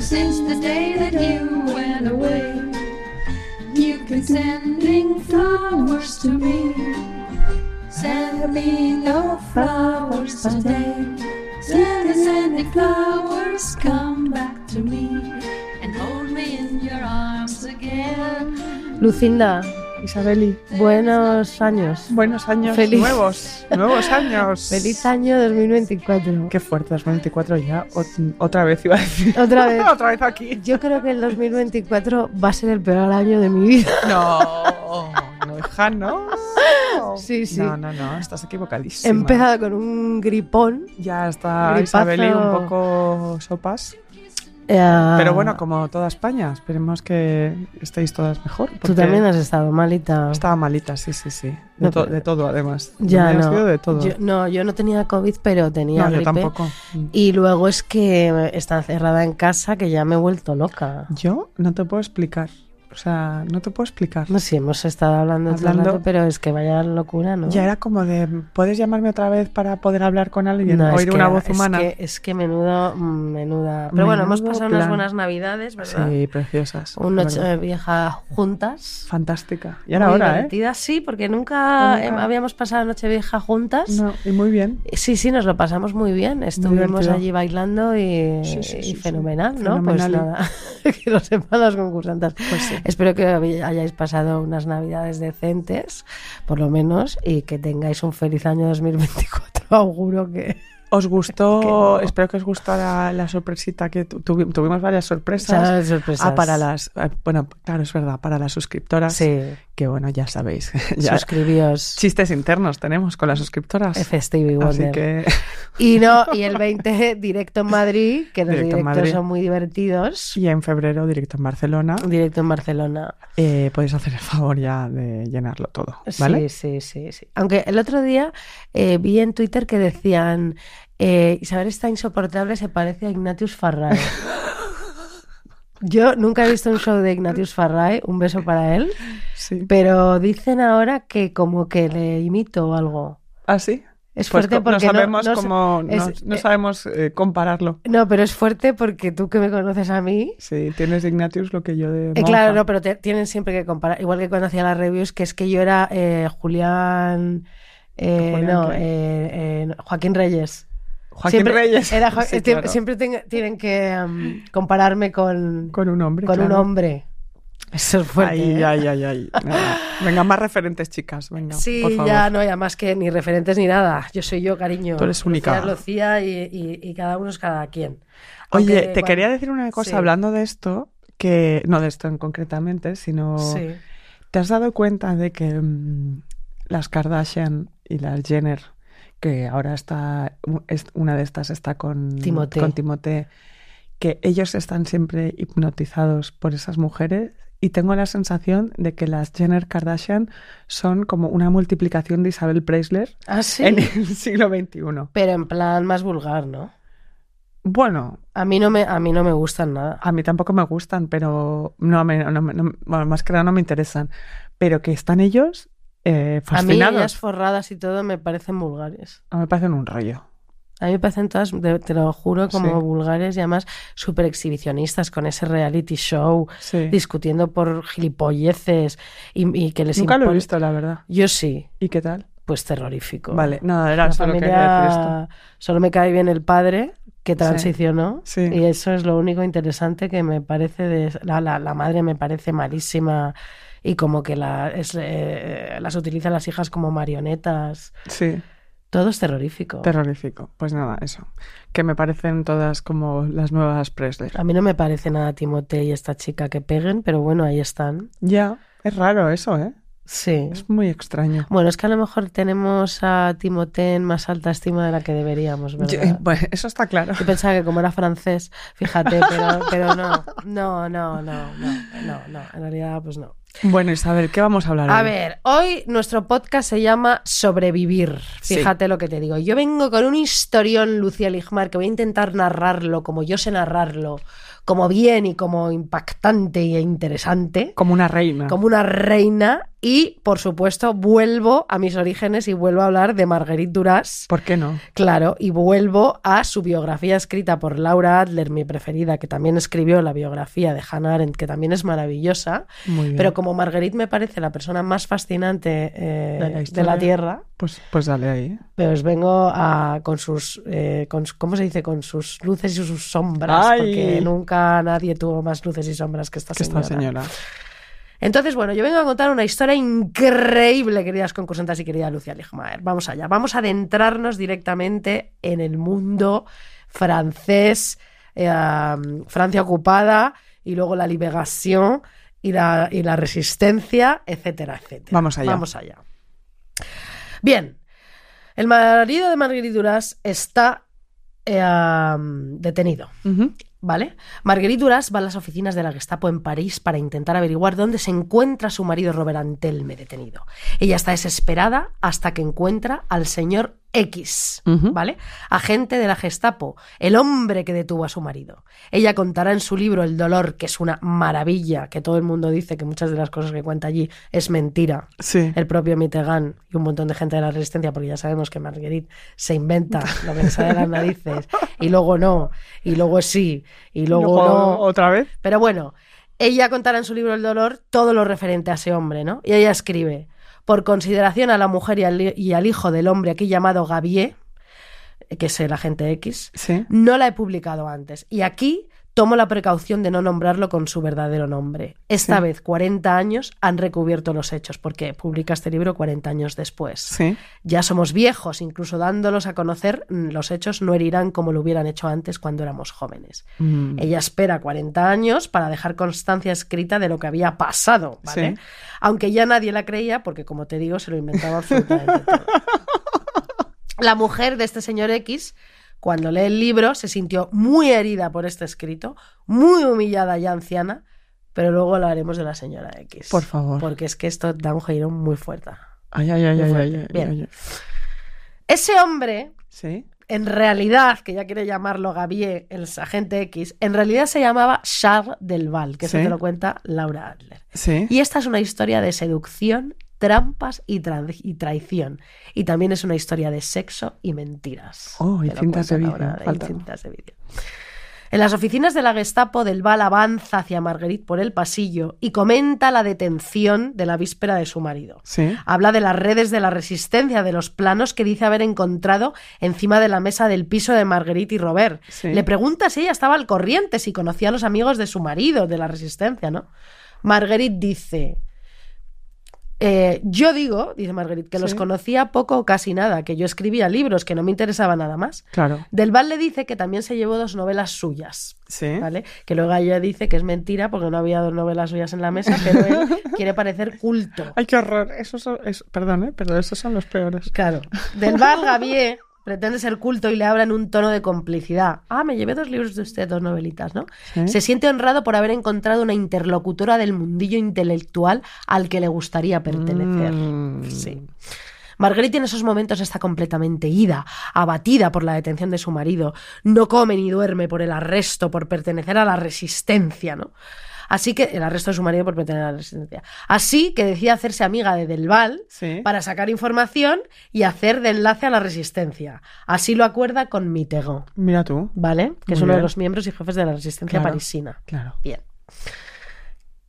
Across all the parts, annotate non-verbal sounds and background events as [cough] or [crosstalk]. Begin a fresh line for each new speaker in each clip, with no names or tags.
since the day that you went away. You've been sending flowers to me. Send me no flowers today. Send me, sending flowers, come back to me and hold me in your arms again.
Lucinda,
Isabeli,
buenos años.
buenos años
Feliz.
nuevos, nuevos años.
[laughs] Feliz año 2024.
Qué fuerte, 2024 ya, ot- otra vez iba a
[laughs]
decir.
Otra vez.
[laughs] otra vez aquí.
Yo creo que el 2024 va a ser el peor año de mi vida.
No, [laughs] no, hija, no.
Sí, sí.
No, no, no, estás
He
equivocadísima.
empezado con un gripón.
Ya está
Gripazo.
Isabeli un poco sopas.
eh,
Pero bueno, como toda España, esperemos que estéis todas mejor.
Tú
porque
también has estado malita.
Estaba malita, sí, sí, sí. De,
No,
to-
pero-
de todo, además.
Ya
Me has
no.
ido de todo.
Yo- no, yo no tenía COVID, pero tenía
no, yo
gripe.
tampoco.
Y luego es que está encerrada en casa que ya me he vuelto loca.
Yo no te puedo explicar. O sea, no te puedo explicar.
No sé, hemos estado hablando, todo el
Hablando.
rato, pero es que vaya locura, ¿no?
Ya era como de, ¿puedes llamarme otra vez para poder hablar con alguien?
No, es
Oír
que-
una voz
es
humana.
que- es que menudo, mm, menuda. Pero bueno, hemos
Menudo
pasado unas
plan.
buenas navidades, ¿verdad?
Sí, preciosas.
Una noche
verdad.
vieja juntas.
Fantástica. Y era
Muy
hora, ¿eh?
divertidas, sí, porque nunca,
Nunca.
em, habíamos pasado noche vieja juntas.
No, y muy bien.
Sí, sí, nos lo pasamos muy bien. Estuvimos
divertido.
allí bailando y,
Sí, sí,
y
sí, sí.
fenomenal, ¿no?
Fenomenal.
Pues nada, [laughs] que lo sepan los concursantes.
Pues sí.
Espero que habéis- hayáis pasado unas navidades decentes, por lo menos, y que tengáis un feliz año 2024. [laughs] Auguro que...
Os gustó,
Que no.
espero que os gustara la sorpresita que tu- tuvi- tuvimos varias sorpresas.
sean sorpresas.
Ah, para las, ah, bueno, claro, es verdad, para las suscriptoras,
Sí,
que bueno, ya sabéis, [laughs] ya
suscribíos.
chistes internos tenemos con las suscriptoras.
F. Stevie
Así
Wonder.
que [laughs]
Y no, y el 20 directo en Madrid, que los
Directo en
directos
Madrid.
son muy divertidos.
y en febrero, directo en Barcelona,
Directo en Barcelona.
eh, podéis hacer el favor ya de llenarlo todo, ¿vale?
Sí, sí, sí, sí. Aunque el otro día eh, vi en Twitter que decían eh, Isabel está insoportable, se parece a Ignatius Farray. Yo nunca he visto un show de Ignatius Farray, un beso para él,
Sí.
pero dicen ahora que como que le imito o algo.
¿Ah, sí?
Es
Pues
fuerte
co- no
porque
sabemos
no,
cómo, no-
es-
no
eh,
sabemos eh, compararlo.
no, pero es fuerte porque tú que me conoces a mí,
Sí, tienes de Ignatius lo que yo de
Eh,
monja.
claro, no, pero te- tienen siempre que comparar. Igual que cuando hacía las reviews, que es que yo era eh, Julián. eh,
Julián
no,
qué?
eh, eh, no, Joaquín Reyes.
Joaquín
siempre,
Reyes.
era Jo-
[laughs] Sí,
eh, tiem-
claro.
Siempre ten- tienen que um, compararme con, con,
Con un hombre,
un
claro.
hombre. Eso es fuerte.
Ay,
¿eh?
ay, ay, ay. Nada. Venga, más referentes, chicas. Venga,
Sí,
por favor.
ya no, y además que ni referentes ni nada. Yo soy yo, cariño.
Tú eres única.
Lucía es Lucía y, y- y cada uno es cada quien.
Oye,
Aunque
te
cuando-
quería decir una cosa
Sí.
hablando de esto, que no de esto en concretamente, sino
Sí.
¿te has dado cuenta de que mm, las Kardashian y las Jenner, que ahora está u- es- una de estas está con
Timothée.
con Timothée, que ellos están siempre hipnotizados por esas mujeres y tengo la sensación de que las Jenner Kardashian son como una multiplicación de Isabel Preisler
Ah, sí.
en el [laughs] siglo XXI.
Pero en plan más vulgar, ¿no?
Bueno,
A mí no me, a mí no me gustan nada.
A mí tampoco me gustan, pero no, me, no, me- no- bueno, más que nada no me interesan. Pero que están ellos eh,
A mí ellas
fascinados.
forradas y todo me parecen vulgares.
Ah, me parecen un rollo.
A mí me parecen todas, de- te lo juro, como
Sí.
vulgares y además súper exhibicionistas con ese reality show,
Sí.
discutiendo por gilipolleces y, y que les
Nunca lo he
impone-
visto, la verdad.
Yo sí,
¿Y qué tal?
pues terrorífico.
Vale, nada, era
La
solo que quería decir esto.
familia, solo me cae bien el padre que transicionó
Sí.
y eso es lo único interesante que me parece de la, la- la madre me parece malísima y como que la, es, eh, las utilizan las hijas como marionetas
Sí,
todo es terrorífico
terrorífico. Pues nada, eso. Que me parecen todas como las nuevas Presley.
a mí no me parece nada Timote y esta chica que peguen pero bueno ahí están
Ya, es raro eso, ¿eh?
sí
Es muy extraño.
bueno es que a lo mejor tenemos a Timote en más alta estima de la que deberíamos verdad
Yo- eh, [laughs] bueno, eso está claro.
Yo pensaba que como era francés, fíjate, pero, pero no, no, no, no, no, no, no, en realidad pues no.
Bueno, Isabel, ¿qué vamos a hablar
A
hoy?
ver, hoy nuestro podcast se llama Sobrevivir.
Sí.
Fíjate lo que te digo. Yo vengo con un historión, Lucía Ligmar, que voy a intentar narrarlo como yo sé narrarlo, como bien y como impactante e interesante,
Como una reina.
como una reina. Y, por supuesto, vuelvo a mis orígenes y vuelvo a hablar de Marguerite Duras.
¿Por qué no?
Claro, y vuelvo a su biografía escrita por Laura Adler, mi preferida, que también escribió la biografía de Hannah Arendt, que también es maravillosa.
Muy bien.
Pero como Marguerite me parece la persona más fascinante eh,
De la
de, la
historia.
Tierra,
Pues, pues dale ahí.
pues vengo a, con sus, eh, con, su- ¿cómo se dice? Con sus luces y sus sombras,
¡Ay!
porque nunca nadie tuvo más luces y sombras que esta
Que esta
señora.
señora.
Entonces, bueno, yo vengo a contar una historia increíble, queridas concursantes y querida Lucia Ligmaer. Vamos allá, vamos a adentrarnos directamente en el mundo francés, eh, um, Francia ocupada y luego la liberación y la, y la resistencia, etcétera, etcétera.
Vamos allá.
Vamos allá. Bien, el marido de Marguerite Duras está eh, um, detenido.
Ujú.
¿Vale? Marguerite Duras va a las oficinas de la Gestapo en París para intentar averiguar dónde se encuentra su marido Robert Antelme detenido. Ella está desesperada hasta que encuentra al señor X,
Ujú.
¿vale? Agente de la Gestapo, el hombre que detuvo a su marido. Ella contará en su libro El dolor, que es una maravilla, que todo el mundo dice que muchas de las cosas que cuenta allí es mentira.
Sí.
El propio Mitterrand y un montón de gente de la resistencia, porque ya sabemos que Marguerite se inventa lo que le sale de las narices, y luego no, y luego sí, y luego, no.
otra vez.
Pero bueno, ella contará en su libro El dolor todo lo referente a ese hombre, ¿no? Y ella escribe, por consideración a la mujer y al, y al hijo del hombre aquí llamado Gavier, que es el agente X,
Sí.
no la he publicado antes. Y aquí tomo la precaución de no nombrarlo con su verdadero nombre. Esta
Sí.
vez, 40 años, han recubierto los hechos, porque publica este libro 40 años después.
Sí.
Ya somos viejos, incluso dándolos a conocer, mm, los hechos no herirán como lo hubieran hecho antes cuando éramos jóvenes.
Mm.
Ella espera 40 años para dejar constancia escrita de lo que había pasado, ¿vale?
Sí.
Aunque ya nadie la creía, porque como te digo, se lo inventaba absolutamente
[laughs]
todo. La mujer de este señor X, cuando lee el libro, se sintió muy herida por este escrito, muy humillada y anciana, pero luego hablaremos de la señora X.
Por favor.
Porque es que esto da un giro muy fuerte.
Ay, ay, ay,
Muy
ay,
fuerte.
ay, ay,
Bien.
ay, ay.
Ese hombre
Sí.
en realidad, que ya quiere llamarlo Gavier, el agente X, en realidad se llamaba Charles Delval, que eso
Sí.
te lo cuenta Laura Adler.
Sí.
Y esta es una historia de seducción, trampas y, tra- y traición. Y también es una historia de sexo y mentiras.
Oh, y
Te lo
cintas
cuenta
de
Laura
vídeo,
Adler, y
falta.
cintas de vídeo. En las oficinas de la Gestapo, Delval avanza hacia Marguerite por el pasillo y comenta la detención de la víspera de su marido.
Sí.
Habla de las redes de la resistencia, de los planos que dice haber encontrado encima de la mesa del piso de Marguerite y Robert.
Sí.
Le pregunta si ella estaba al corriente, si conocía a los amigos de su marido, de la resistencia, ¿no? Marguerite dice... eh, yo digo, dice Marguerite, que los
Sí.
conocía poco o casi nada, que yo escribía libros, que no me interesaba nada más.
Claro.
Delval le dice que también se llevó dos novelas suyas,
Sí.
¿vale? Que luego ella dice que es mentira porque no había dos novelas suyas en la mesa, pero
[laughs]
él quiere parecer culto.
Ay, qué horror. Esos son, es- perdón, ¿eh? pero esos son los peores.
Claro. Del Val Gavier pretende ser culto y le habla en un tono de complicidad. Ah, me llevé dos libros de usted, dos novelitas, ¿no?
Sí.
Se siente honrado por haber encontrado una interlocutora del mundillo intelectual al que le gustaría pertenecer.
Mm.
Sí. Marguerite en esos momentos está completamente ida, abatida por la detención de su marido. No come ni duerme por el arresto, por pertenecer a la resistencia, ¿no? Así que el arresto de su marido por pertenecer a la resistencia. Así que decide hacerse amiga de Delval
Sí.
para sacar información y hacer de enlace a la resistencia. Así lo acuerda con Mitterrand,
Mira tú.
¿vale? Que es
Muy
uno de
bien.
los miembros y jefes de la resistencia
Claro.
parisina.
Claro.
Bien.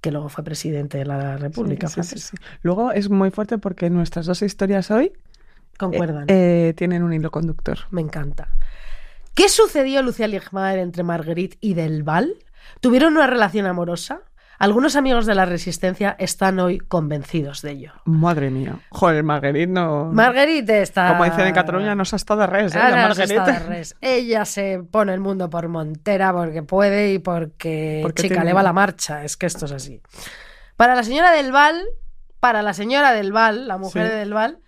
Que luego fue presidente de la República
Sí, sí, sí,
Francesa.
sí. Luego es muy fuerte porque nuestras dos historias hoy eh,
Concuerdan.
eh, tienen un hilo conductor.
Me encanta. ¿Qué sucedió, Lucia Ligmaer, entre Marguerite y Delval? ¿Tuvieron una relación amorosa? Algunos amigos de la resistencia están hoy convencidos de ello.
Madre mía. Joder, Marguerite no.
Marguerite Ah, está...
Mm. Como dicen en Cataluña, no se ha estado de res, ¿eh?
Ahora
La
nos está
Marguerite.
de res. Ella se pone el mundo por montera porque puede y porque,
Porque
chica
tiene-
le va la marcha. Es que esto es así. Para la señora del Val, para la señora del Val, la mujer
Sí.
de del Val,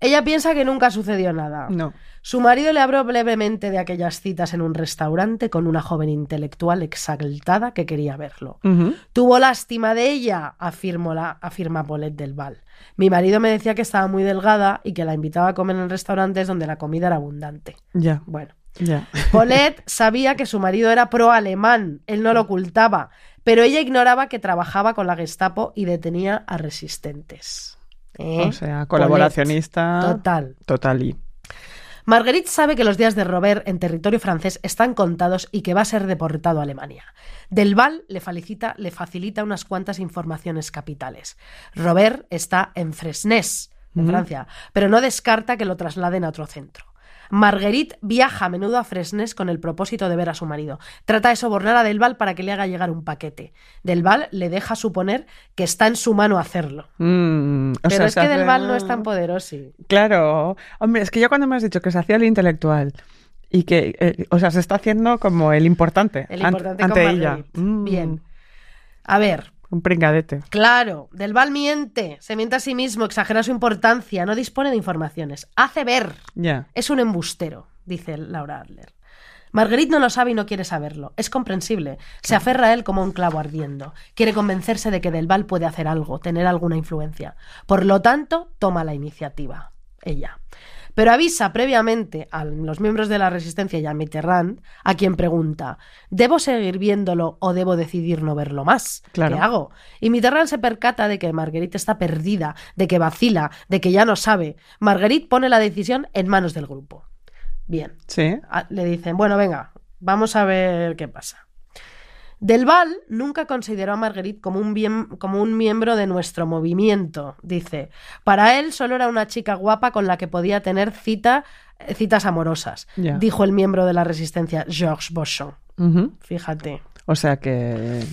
ella piensa que nunca sucedió nada.
No.
Su marido le habló brevemente de aquellas citas en un restaurante con una joven intelectual exaltada que quería verlo.
Ujú.
Tuvo lástima de ella, afirmó la, afirma Paulette del Val. Mi marido me decía que estaba muy delgada y que la invitaba a comer en restaurantes donde la comida era abundante.
Ya.
Bueno,
Ya.
Colette sabía que su marido era pro-alemán, él no lo ocultaba, pero ella ignoraba que trabajaba con la Gestapo y detenía a resistentes. ¿Eh?
O sea, colaboracionista.
Colette, Total.
Total y.
Marguerite sabe que los días de Robert en territorio francés están contados y que va a ser deportado a Alemania. Delval le facilita, le facilita unas cuantas informaciones capitales. Robert está en Fresnes, en
Ujú.
Francia, pero no descarta que lo trasladen a otro centro. Marguerite viaja a menudo a Fresnes con el propósito de ver a su marido. Trata de sobornar a Delval para que le haga llegar un paquete. Delval le deja suponer que está en su mano hacerlo.
Mm, o
Pero
sea,
es
se
que
hace-
Delval no es tan poderoso.
Claro. Hombre, es que yo cuando me has dicho que se hacía el intelectual y que, eh, o sea, se está haciendo como el importante.
El
an-
importante con
ante ella.
Marguerite.
Mm,
Bien. A ver,
Un pringadete.
Claro, Delval miente, se miente a sí mismo, exagera su importancia, no dispone de informaciones, hace ver,
Ya.
es un embustero, dice Laura Adler. Marguerite no lo sabe y no quiere saberlo, es comprensible, se aferra a él como a un clavo ardiendo, quiere convencerse de que Delval puede hacer algo, tener alguna influencia, por lo tanto, toma la iniciativa, ella. Pero avisa previamente a los miembros de la Resistencia y a Mitterrand, a quien pregunta, ¿debo seguir viéndolo o debo decidir no verlo más?
Claro.
¿Qué hago? Y Mitterrand se percata de que Marguerite está perdida, de que vacila, de que ya no sabe. Marguerite pone la decisión en manos del grupo. Bien,
Sí.
a- Ah, le dicen, bueno, venga, vamos a ver qué pasa. Delval nunca consideró a Marguerite como un, bien, como un miembro de nuestro movimiento, dice. Para él solo era una chica guapa con la que podía tener cita, eh, citas amorosas,
Ya.
dijo el miembro de la resistencia Georges Beauchamp.
Ujú.
Fíjate,
O sea que. eh,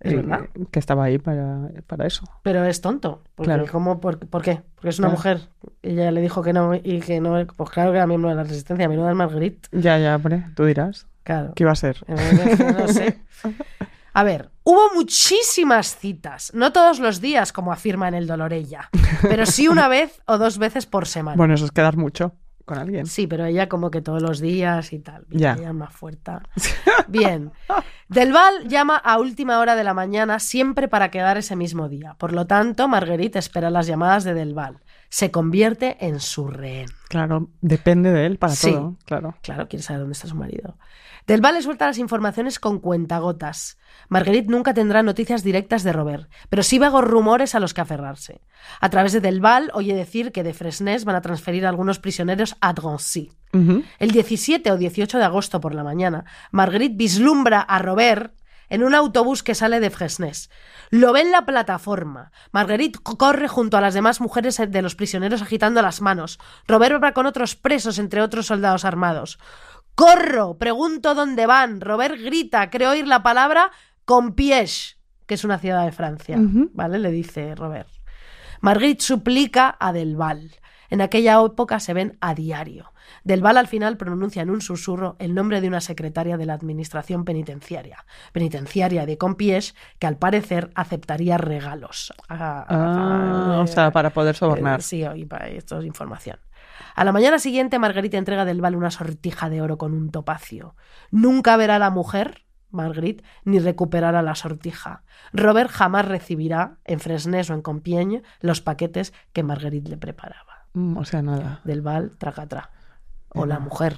Es verdad.
Que estaba ahí para, para eso.
pero es tonto. Porque,
Claro.
¿cómo, por, por qué? Porque es una
Claro.
mujer. Ella le dijo que no y que no. Pues claro que era miembro de la resistencia, menuda es Marguerite.
Ya, ya, hombre. Tú dirás.
Claro.
¿Qué iba a ser?
No sé. [laughs] A ver, hubo muchísimas citas, no todos los días, como afirma en el dolor ella, pero sí una vez o dos veces por semana.
Bueno, eso es quedar mucho
[laughs]
con alguien.
Sí, pero ella como que todos los días y tal.
Ya.
Bien, Ella es más fuerte. Bien. Delval llama a última hora de la mañana siempre para quedar ese mismo día. Por lo tanto, Marguerite espera las llamadas de Delval. Se convierte en su rehén.
Claro, depende de él para
Sí.
todo. Claro.
Claro, quiere saber dónde está su marido. Delval le suelta las informaciones con cuentagotas. Marguerite nunca tendrá noticias directas de Robert, pero sí vagos rumores a los que aferrarse. A través de Delval oye decir que de Fresnes van a transferir a algunos prisioneros a Drancy.
Ujú.
El 17 o 18 de agosto por la mañana, Marguerite vislumbra a Robert en un autobús que sale de Fresnes. Lo ve en la plataforma. Marguerite co- corre junto a las demás mujeres eh, de los prisioneros agitando las manos. Robert va con otros presos, entre otros soldados armados. ¡Corro! Pregunto dónde van. Robert grita, creo oír la palabra Compiègne, que es una ciudad de Francia.
Ujú.
¿Vale? Le dice Robert. Marguerite suplica a Delval. En aquella época se ven a diario. Delval al final pronuncia en un susurro el nombre de una secretaria de la administración penitenciaria, penitenciaria de Compiègne, que al parecer aceptaría regalos. A- a-
Ah, o sea, para poder sobornar.
eh, Sí, y para esto es información. A la mañana siguiente, Margarita entrega a Delval una sortija de oro con un topacio. Nunca verá a la mujer, Marguerite, ni recuperará la sortija. Robert jamás recibirá, en Fresnes o en Compiègne, los paquetes que Marguerite le preparaba.
Mm, O sea, nada.
Delval, tracatra. O la
Ajá.
mujer.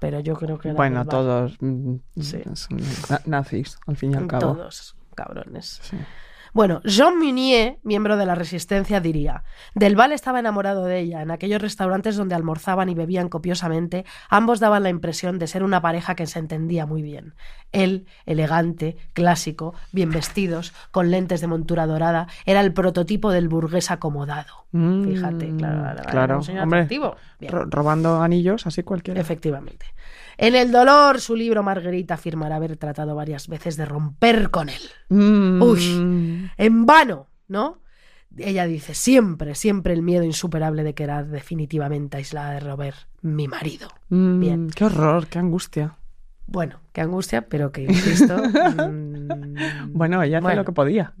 Pero yo creo que era
Bueno,
Delval.
todos mm,
Sí.
son na- nazis, al fin y al cabo.
Todos, cabrones.
Sí.
Bueno, Jean Munier, miembro de la Resistencia, diría, Delval estaba enamorado de ella. En aquellos restaurantes donde almorzaban y bebían copiosamente, ambos daban la impresión de ser una pareja que se entendía muy bien. Él, elegante, clásico, bien vestidos, con lentes de montura dorada, era el prototipo del burgués acomodado.
Mm,
Fíjate, claro, era
claro,
un señor
hombre.
atractivo. Bien.
Ro- robando anillos, así cualquiera.
Efectivamente. En el dolor, su libro Margarita afirmará haber tratado varias veces de romper con él.
Mm,
Uy. en vano, ¿no? Ella dice, siempre, siempre el miedo insuperable de quedar definitivamente aislada de Robert, mi marido.
mm,
Bien.
Qué horror, qué angustia.
Bueno, qué angustia, pero que, insisto... mm,
Bueno, ella hacía
Bueno.
lo que podía.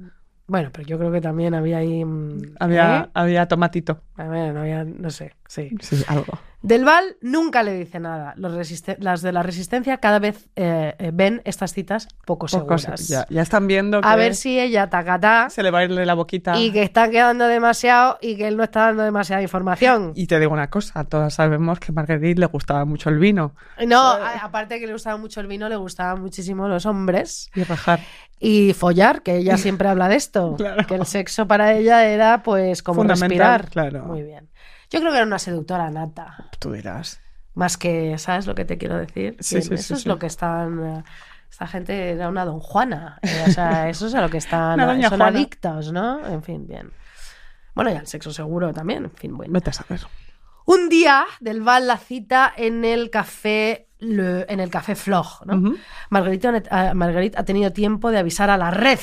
bueno, pero yo creo que también había ahí... mm,
Había, Mm.
¿eh?
había tomatito.
Ah, Bueno, había, no sé, sí.
Sí, algo.
Del Val nunca le dice nada. Los resiste- las de la resistencia cada vez eh, eh, ven estas citas poco
Poco
seguras.
se- ya, ya están viendo que
A ver si ella tacatá
se le va a irle la boquita.
y que está quedando demasiado y que él no está dando demasiada información.
Y te digo una cosa, todas sabemos que a Marguerite le gustaba mucho el vino
No, a- aparte que le gustaba mucho el vino, le gustaban muchísimo los hombres
y rajar.
y follar, que
[laughs]
ella siempre habla de esto,
Claro.
que el sexo para ella era pues como
Fundamental,
respirar.
claro.
Muy bien. Yo creo que era una seductora nata.
Tú dirás.
Más que, ¿sabes lo que te quiero decir?
Sí,
Bien,
sí, sí,
eso es
sí.
lo que están. eh, Esta gente era una don Juana. eh, o
[laughs]
sea, eso es a lo que están.
Una doña
son
Juana.
adictos, ¿no? En fin, bien. Bueno, y al sexo seguro también, en fin, bueno.
Vete a saber.
Un día del Val la cita en el café. Le- en el café Flog, ¿no?
Ujú.
Margarita- eh, Margarita ha tenido tiempo de avisar a la red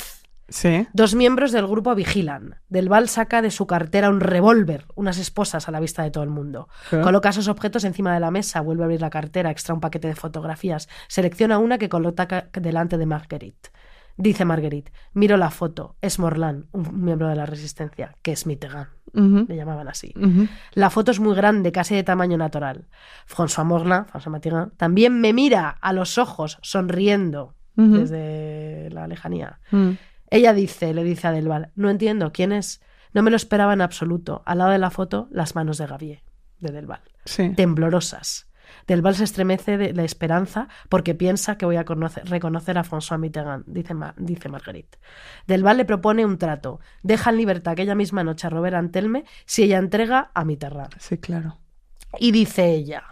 Sí.
Dos miembros del grupo vigilan. Del Val saca de su cartera un revólver, unas esposas a la vista de todo el mundo.
¿Qué?
Coloca esos objetos encima de la mesa, vuelve a abrir la cartera, extrae un paquete de fotografías, selecciona una que coloca ca- delante de Marguerite. Dice Marguerite, miro la foto, es Morlan, un miembro de la resistencia, que es Mitterrand,
Ujú.
le llamaban así.
Ujú.
La foto es muy grande, casi de tamaño natural. François Morlan, François Mitterrand, también me mira a los ojos, sonriendo
Ujú.
desde la lejanía.
Mm.
Ella dice, le dice a Delval, no entiendo quién es. No me lo esperaba en absoluto. Al lado de la foto, las manos de Gavier, de Delval,
Sí.
temblorosas. Delval se estremece de la esperanza porque piensa que voy a conocer- reconocer a François Mitterrand, dice, Ma- dice Marguerite. Delval le propone un trato. Deja en libertad aquella misma noche a Robert Antelme si ella entrega a Mitterrand.
Sí, claro.
Y dice ella,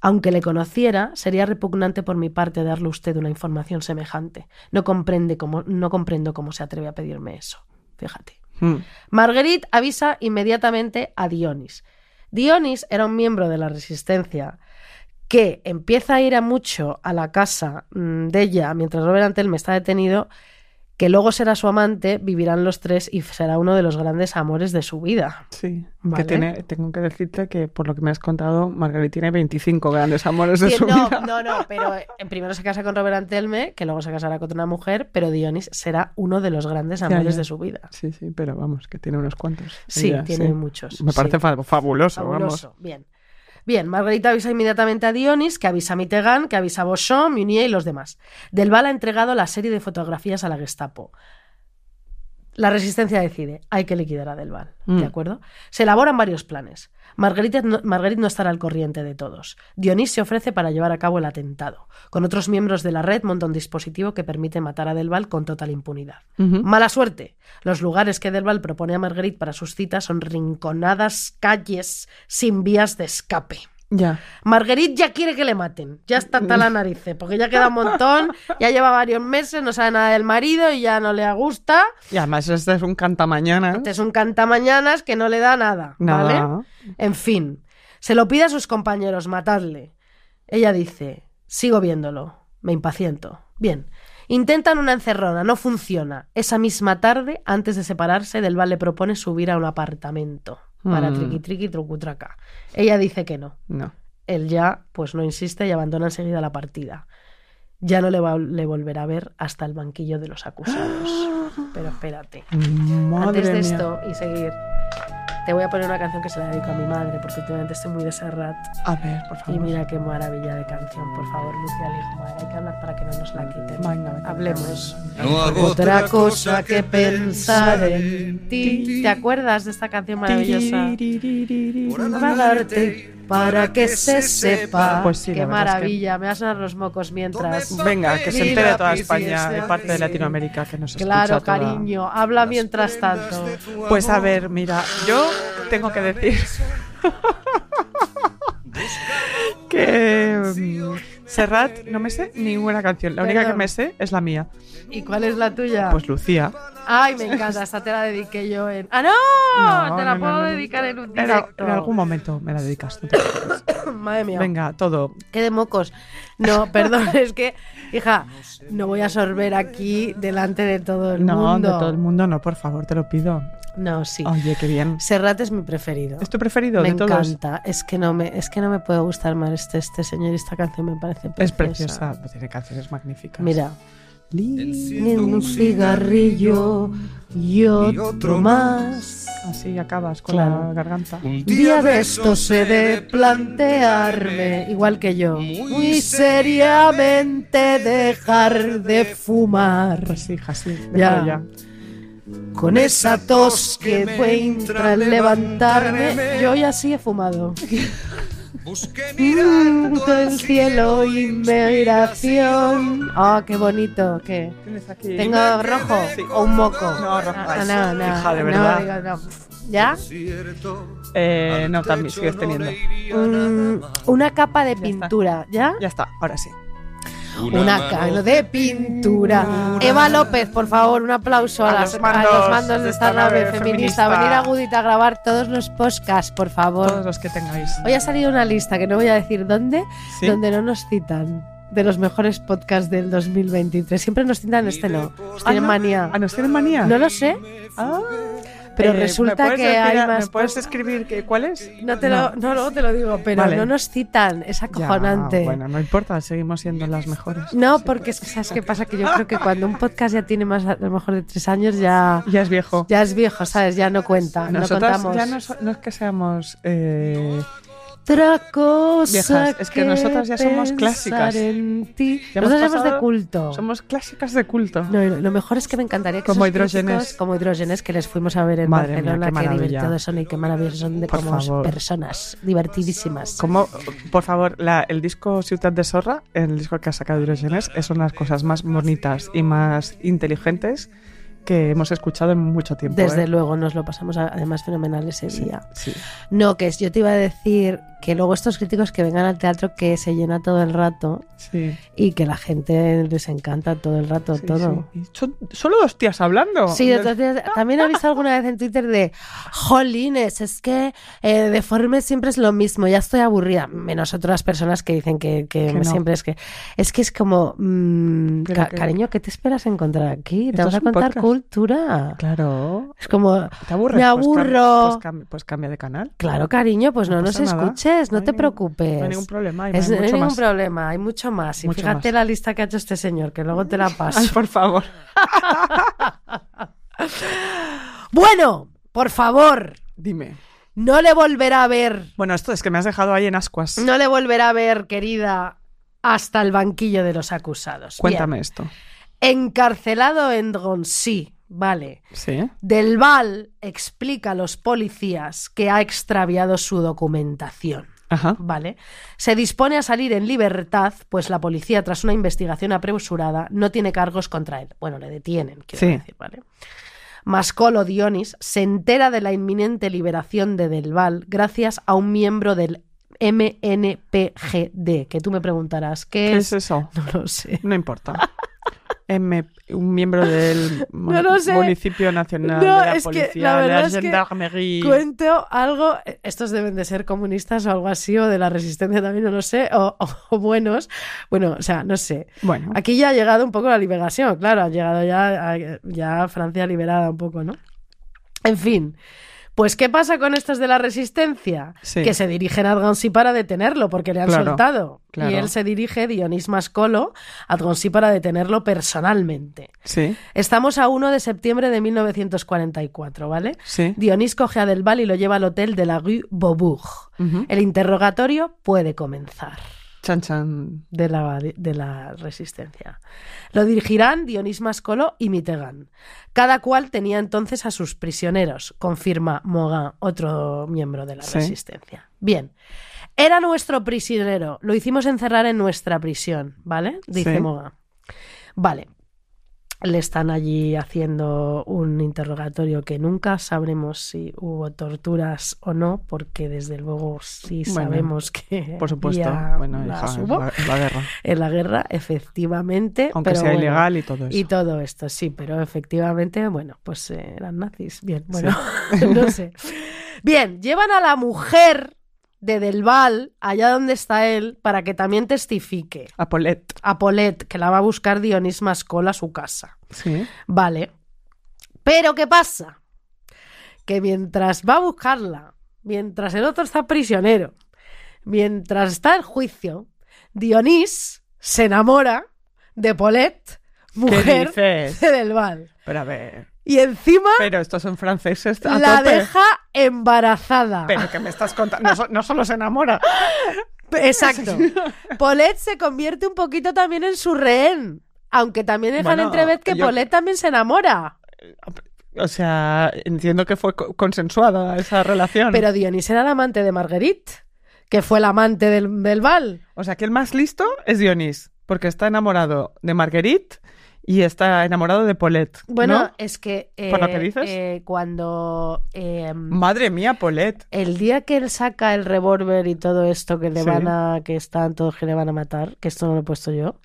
aunque le conociera, sería repugnante por mi parte darle a usted una información semejante. No, comprende cómo, no comprendo cómo se atreve a pedirme eso. Fíjate.
Mm.
Marguerite avisa inmediatamente a Dionis. Dionis era un miembro de la resistencia que empieza a ir a mucho a la casa mm, de ella mientras Robert Antelme está detenido, que luego será su amante, vivirán los tres y será uno de los grandes amores de su vida.
Sí.
Vale.
Que tiene, tengo que decirte que por lo que me has contado, Margarita tiene 25 grandes amores de
Sí,
su
no,
vida.
no, no, pero eh, primero se casa con Robert Antelme, que luego se casará con una mujer, pero Dionis será uno de los grandes
Ya,
amores
ya.
de su vida.
Sí, sí, pero vamos, que tiene unos cuantos.
Sí,
Ya,
tiene
sí.
muchos.
Me
sí.
parece fa- fabuloso,
Fabuloso, Bien. Bien, Margarita avisa inmediatamente a Dionis, que avisa a Mitterrand, que avisa a Beauchamp, Meunier y los demás. Delval ha entregado la serie de fotografías a la Gestapo. La resistencia decide, hay que liquidar a Delval,
Mm.
¿de acuerdo? Se elaboran varios planes. Margarita no, Marguerite no estará al corriente de todos. Dionis se ofrece para llevar a cabo el atentado. Con otros miembros de la red monta un dispositivo que permite matar a Delval con total impunidad.
vamos. Ujú.
Mala suerte. Los lugares que Delval propone a Marguerite para sus citas son rinconadas calles sin vías de escape.
Ya.
Marguerite ya quiere que le maten. Ya está hasta la nariz, porque ya queda un montón, ya lleva varios meses, no sabe nada del marido y ya no le gusta.
Y además este es un cantamañana.
Este es un cantamañanas que no le da nada, ¿vale?
Nada.
En fin, se lo pide a sus compañeros, matadle. Ella dice, sigo viéndolo, me impaciento. Bien, intentan una encerrona, no funciona. Esa misma tarde, antes de separarse, Del Val le propone subir a un apartamento para
Mm.
triqui triqui trucutraca. Ella dice que no. [gasps]
No.
Él ya, pues no insiste y abandona enseguida la partida. Ya no le, va- le volverá a ver hasta el banquillo de los acusados.
[gasps]
Pero espérate.
Madre
Antes de
mía.
esto y seguir, te voy a poner una canción que se la dedico a mi madre, porque últimamente estoy muy de Serrat.
A ver, por
Y
favor.
mira qué maravilla de canción, por favor, Lucia Ligmar. Hay que hablar para que no nos la quiten.
Venga, venga.
Hablemos.
No hago
Otra cosa que pensar en ti. ¿Te acuerdas de esta canción maravillosa? Para darte, para que se sepa.
Pues sí, la
qué
verdad es que-
maravilla, me vas a sonar los mocos mientras.
Venga, que se entere toda España y
Mira,
parte de Latinoamérica que nos
Claro,
escucha toda.
cariño, habla mientras tanto.
Pues a ver, mira, yo tengo que decir [laughs] que mm, Serrat no me sé ninguna canción. La única que
Perdón.
me sé es la mía.
¿Y cuál es la tuya?
Pues Lucía.
Ay, me encanta, esta te la dediqué yo en. ¡Ah, no!
No,
te la
no,
puedo
no, no.
dedicar en un
En, al-
directo.
en algún momento me la dedicas. no te preocupes.
[laughs] Madre mía.
Venga, todo.
Qué de mocos. No, [laughs] perdón, es que, hija, no voy a sorber aquí delante de todo el
No,
mundo.
de todo el mundo no, por favor, te lo pido.
No, sí.
Oye, qué bien.
Serrat es mi preferido.
¿Es tu preferido
me
de todos?
encanta. Es que no me, es que no me puede gustar más este, este señor. Esta canción me parece preciosa.
Es preciosa, pues tiene canciones magníficas.
Mira, Ni un cigarrillo y otro más.
Así acabas con
Claro.
la garganta.
Un
Día de estos he de plantearme, igual que yo, muy seriamente dejar de fumar.
Pues hija, sí,
Ya.
déjalo ya.
Con esa tos que entra al levantarme, yo ya sí he fumado.
Busqué
Mm, todo el cielo y migración. Ah, qué bonito, qué.
Tienes aquí.
¿Tengo rojo o un moco?
No, rojo.
Ah, no, no,
Hija, de
no,
verdad.
digo, no. ¿Ya?
Eh, no, también sigues teniendo.
Mm, una capa de pintura, ¿ya?
Ya está, ahora sí.
Una cano de pintura. Eva López, por favor, un aplauso a,
A
las-
los mandos
a los mandos de esta nave feminista.
feminista.
Venir a Gudita a grabar todos los podcasts, por
Todos
favor.
los que tengáis.
Hoy ha salido una lista que no voy a decir dónde,
Sí.
donde no nos citan de los mejores podcasts del 2023. Siempre nos citan este no. Nos
Ah,
tienen
¿no?
manía.
¿A nos tienen manía?
No lo sé,
Ah.
pero
Eh, ¿me
resulta
puedes
que
decir-
hay más.
¿Me puedes escribir que, cuál es?
No te lo, no, luego te lo digo, pero
Vale.
no nos citan. Es
Ya,
acojonante.
bueno, no importa, seguimos siendo las mejores.
No, porque es que sabes qué pasa que yo creo que cuando un podcast ya tiene más a lo mejor de tres años
[laughs]
ya
Ya es viejo.
ya es viejo, sabes, ya no cuenta,
Nosotras
no contamos.
ya no, so- no es que seamos eh,
Otra cosa
Viejas, es que nosotras ya somos
pensar
clásicas.
en ti.
Ya hemos
Nosotras somos de
pasado-
culto.
somos clásicas de culto.
No, y lo, lo mejor es que me encantaría que
Como
esos críticos,
hidrógenes.
como hidrógenes que les fuimos a ver en
Madre mía,
Barcelona,
qué
qué
maravilla.
divertidos son y qué maravillosos son de
Por
como
favor.
personas divertidísimas.
Como, por favor, la- el disco Ciudad de Sorra, el disco que ha sacado Hidrogenes, es una de las cosas más bonitas y más inteligentes que hemos escuchado en mucho tiempo.
Desde
¿eh?
luego nos lo pasamos a- además fenomenal ese día.
Sí.
No, que es- yo te iba a decir que luego estos críticos que vengan al teatro que se llena todo el rato
Sí,
y que la gente les encanta todo el rato
sí,
todo.
sí. Y Son solo dos tías hablando.
Sí, otros días- también he visto alguna vez en Twitter de Jolines, es que eh, deforme siempre es lo mismo, ya estoy aburrida, menos otras personas que dicen que, que
Que no.
siempre es que es que es como mm,
Pero
ca-
que-
cariño, ¿qué te esperas encontrar aquí? Te
Esto
vas
es
a
un
contar
podcast.
cultura.
Claro.
Es como
¿Te aburres?
Me
Pues cam-
aburro.
Pues, cam- pues cambia de canal.
Claro, cariño, pues no,
No
nos
pasa nada.
escuches, no,
No hay
te
ningún-
preocupes.
No hay ningún problema. y
Es-
hay
no hay
mucho
ningún
más.
problema, hay mucho más. Y
Mucho
fíjate
más.
la lista que ha hecho este señor, que luego te la
[laughs] Ay,
paso.
por favor.
bueno, por favor,
Dime.
no le volverá a ver,
Bueno, esto es que me has dejado ahí en ascuas.
no le volverá a ver, querida, hasta el banquillo de los acusados.
Cuéntame
Bien.
esto.
Encarcelado en Gonzí, vale.
Sí.
Del Val explica a los policías que ha extraviado su documentación.
Ajá.
Vale. Se dispone a salir en libertad, pues la policía, tras una investigación apresurada, no tiene cargos contra él. Bueno, le detienen, quiero
Sí.
decir, ¿vale? Mascolo Dionis se entera de la inminente liberación de Del Val gracias a un miembro del MNPGD, que tú me preguntarás, ¿qué,
¿Qué
es?
es eso?
[laughs] No lo sé.
No importa. [laughs] M- un miembro del mon-
No lo sé.
municipio nacional
No,
de la
es que la
policía, de
verdad
la
es que
gendarmerie.
Cuento algo, estos deben de ser comunistas o algo así, o de la resistencia también, no lo sé, o- o- o buenos. Bueno, o sea, no sé.
Bueno,
Aquí ya ha llegado un poco la liberación, claro, ha llegado ya, ya Francia liberada un poco, ¿no? En fin, pues ¿qué pasa con estos de la resistencia?
Sí.
Que se dirigen a Adgonsi para detenerlo porque le han
Claro,
soltado. Y
claro.
él se dirige, Dionís Mascolo, a Adgonsi para detenerlo personalmente.
sí,
Estamos a 1 de septiembre de 1944, ¿vale?
sí.
Dionís coge a Del Val y lo lleva al hotel de la Rue Beaubourg.
Ujú.
El interrogatorio puede comenzar
Chan chan.
de la, de la resistencia. Lo dirigirán Dionís Mascolo y Mitegan. Cada cual tenía entonces a sus prisioneros, confirma Mogan, otro miembro de la
Sí.
resistencia. Bien. Era nuestro prisionero. Lo hicimos encerrar en nuestra prisión, ¿vale? Dice
Sí.
Mogan. Vale. Le están allí haciendo un interrogatorio que nunca sabremos si hubo torturas o no, porque desde luego sí
Bueno,
sabemos que
Por supuesto.
había
bueno,
las
hija,
hubo
la,
[laughs]
la guerra.
en la guerra, efectivamente.
Aunque
pero
sea
bueno,
ilegal pues. y todo eso.
Y todo esto, sí, pero efectivamente, bueno, pues eh, eran nazis. Bien, bueno,
[laughs]
[laughs] no sé. Bien, llevan a la mujer de Del Val, allá donde está él, para que también testifique.
A Polet.
A Polet, que la va a buscar Dionís Mascol a su casa.
Sí.
Vale. Pero ¿qué pasa? Que mientras va a buscarla, mientras el otro está prisionero, mientras está el juicio, Dionís se enamora de Paulette mujer
dices?
de [laughs] del Val.
Pero a ver.
Y encima
Pero estos son franceses. A
la
tope.
deja embarazada.
Pero que me estás contando. No, so- no solo se enamora. [laughs]
Exacto. Paulette se convierte un poquito también en su rehén. Aunque también dejan
Bueno,
entrever que
yo-
Paulette también se enamora.
O sea, entiendo que fue co- consensuada esa relación.
Pero Dionis era el amante de Marguerite, que fue la amante del, del Val.
O sea, que el más listo es Dionis, porque está enamorado de Marguerite y está enamorado de Paulette. ¿no?
Bueno, es que.
¿Por lo que
eh,
dices?
eh, cuando. em,
Madre mía, Paulette.
El día que él saca el revólver y todo esto que le
Sí.
van a, que están todos que le van a matar, que esto no lo he puesto yo,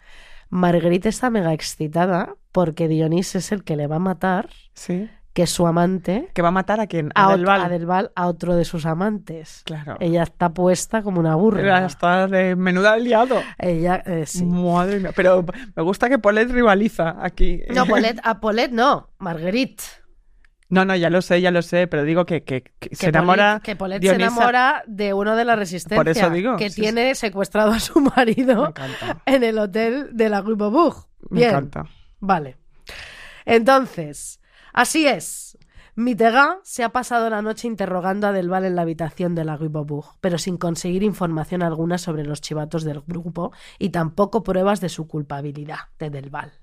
Marguerite está mega excitada porque Dionís es el que le va a matar,
Sí.
que es su amante,
Que va a matar a quién?
a,
A,
ot-
Del Val.
a Del Val, a otro de sus amantes.
Claro.
Ella está puesta como una
Era
burra.
hasta de menuda aliado.
Ella, eh, sí.
Madre mía. Pero me gusta que Paulette rivaliza aquí.
No, Paulette, a Paulette no, Marguerite.
No, no, ya lo sé, ya lo sé, pero digo que, que- que se
Que
enamora.
Paulette- que Paulette se
Dionisa.
enamora de uno de la resistencia
Por eso digo,
que
sí, sí.
tiene secuestrado a su [laughs] marido
Me encanta.
en el hotel de la Rue Beaubourg.
Me
Bien,
encanta.
vale. Entonces, así es. Mitterrand se ha pasado la noche interrogando a Delval en la habitación de la Rue Beaubourg, pero sin conseguir información alguna sobre los chivatos del grupo y tampoco pruebas de su culpabilidad de Delval.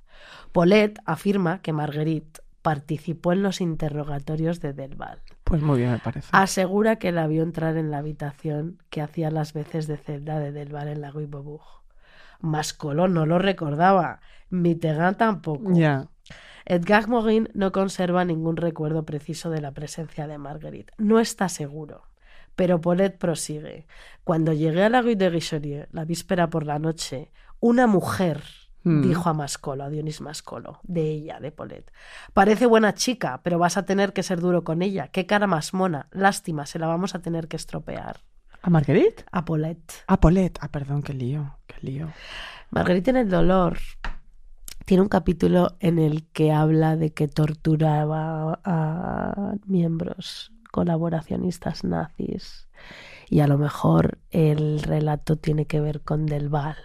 Paulette afirma que Marguerite participó en los interrogatorios de Delval.
Pues muy bien, me parece.
Ah, Asegura que la vio entrar en la habitación que hacía las veces de celda de Delval en la Rue Beaubourg. Mascolón no lo recordaba, Mitterrand tampoco.
Ya.
Edgar Morin no conserva ningún recuerdo preciso de la presencia de Marguerite. No está seguro. Pero Paulette prosigue. Cuando llegué a la Rue de Richelieu, la víspera por la noche, una mujer
Hmm.
dijo a Mascolo, a Dionis Mascolo, de ella, de Paulette. Parece buena chica, pero vas a tener que ser duro con ella. Qué cara más mona. Lástima, se la vamos a tener que estropear.
¿A Marguerite?
A Paulette.
A Paulette. Ah, perdón, qué lío, qué lío.
Margarita en el dolor tiene un capítulo en el que habla de que torturaba a miembros colaboracionistas nazis y a lo mejor el relato tiene que ver con Del Val.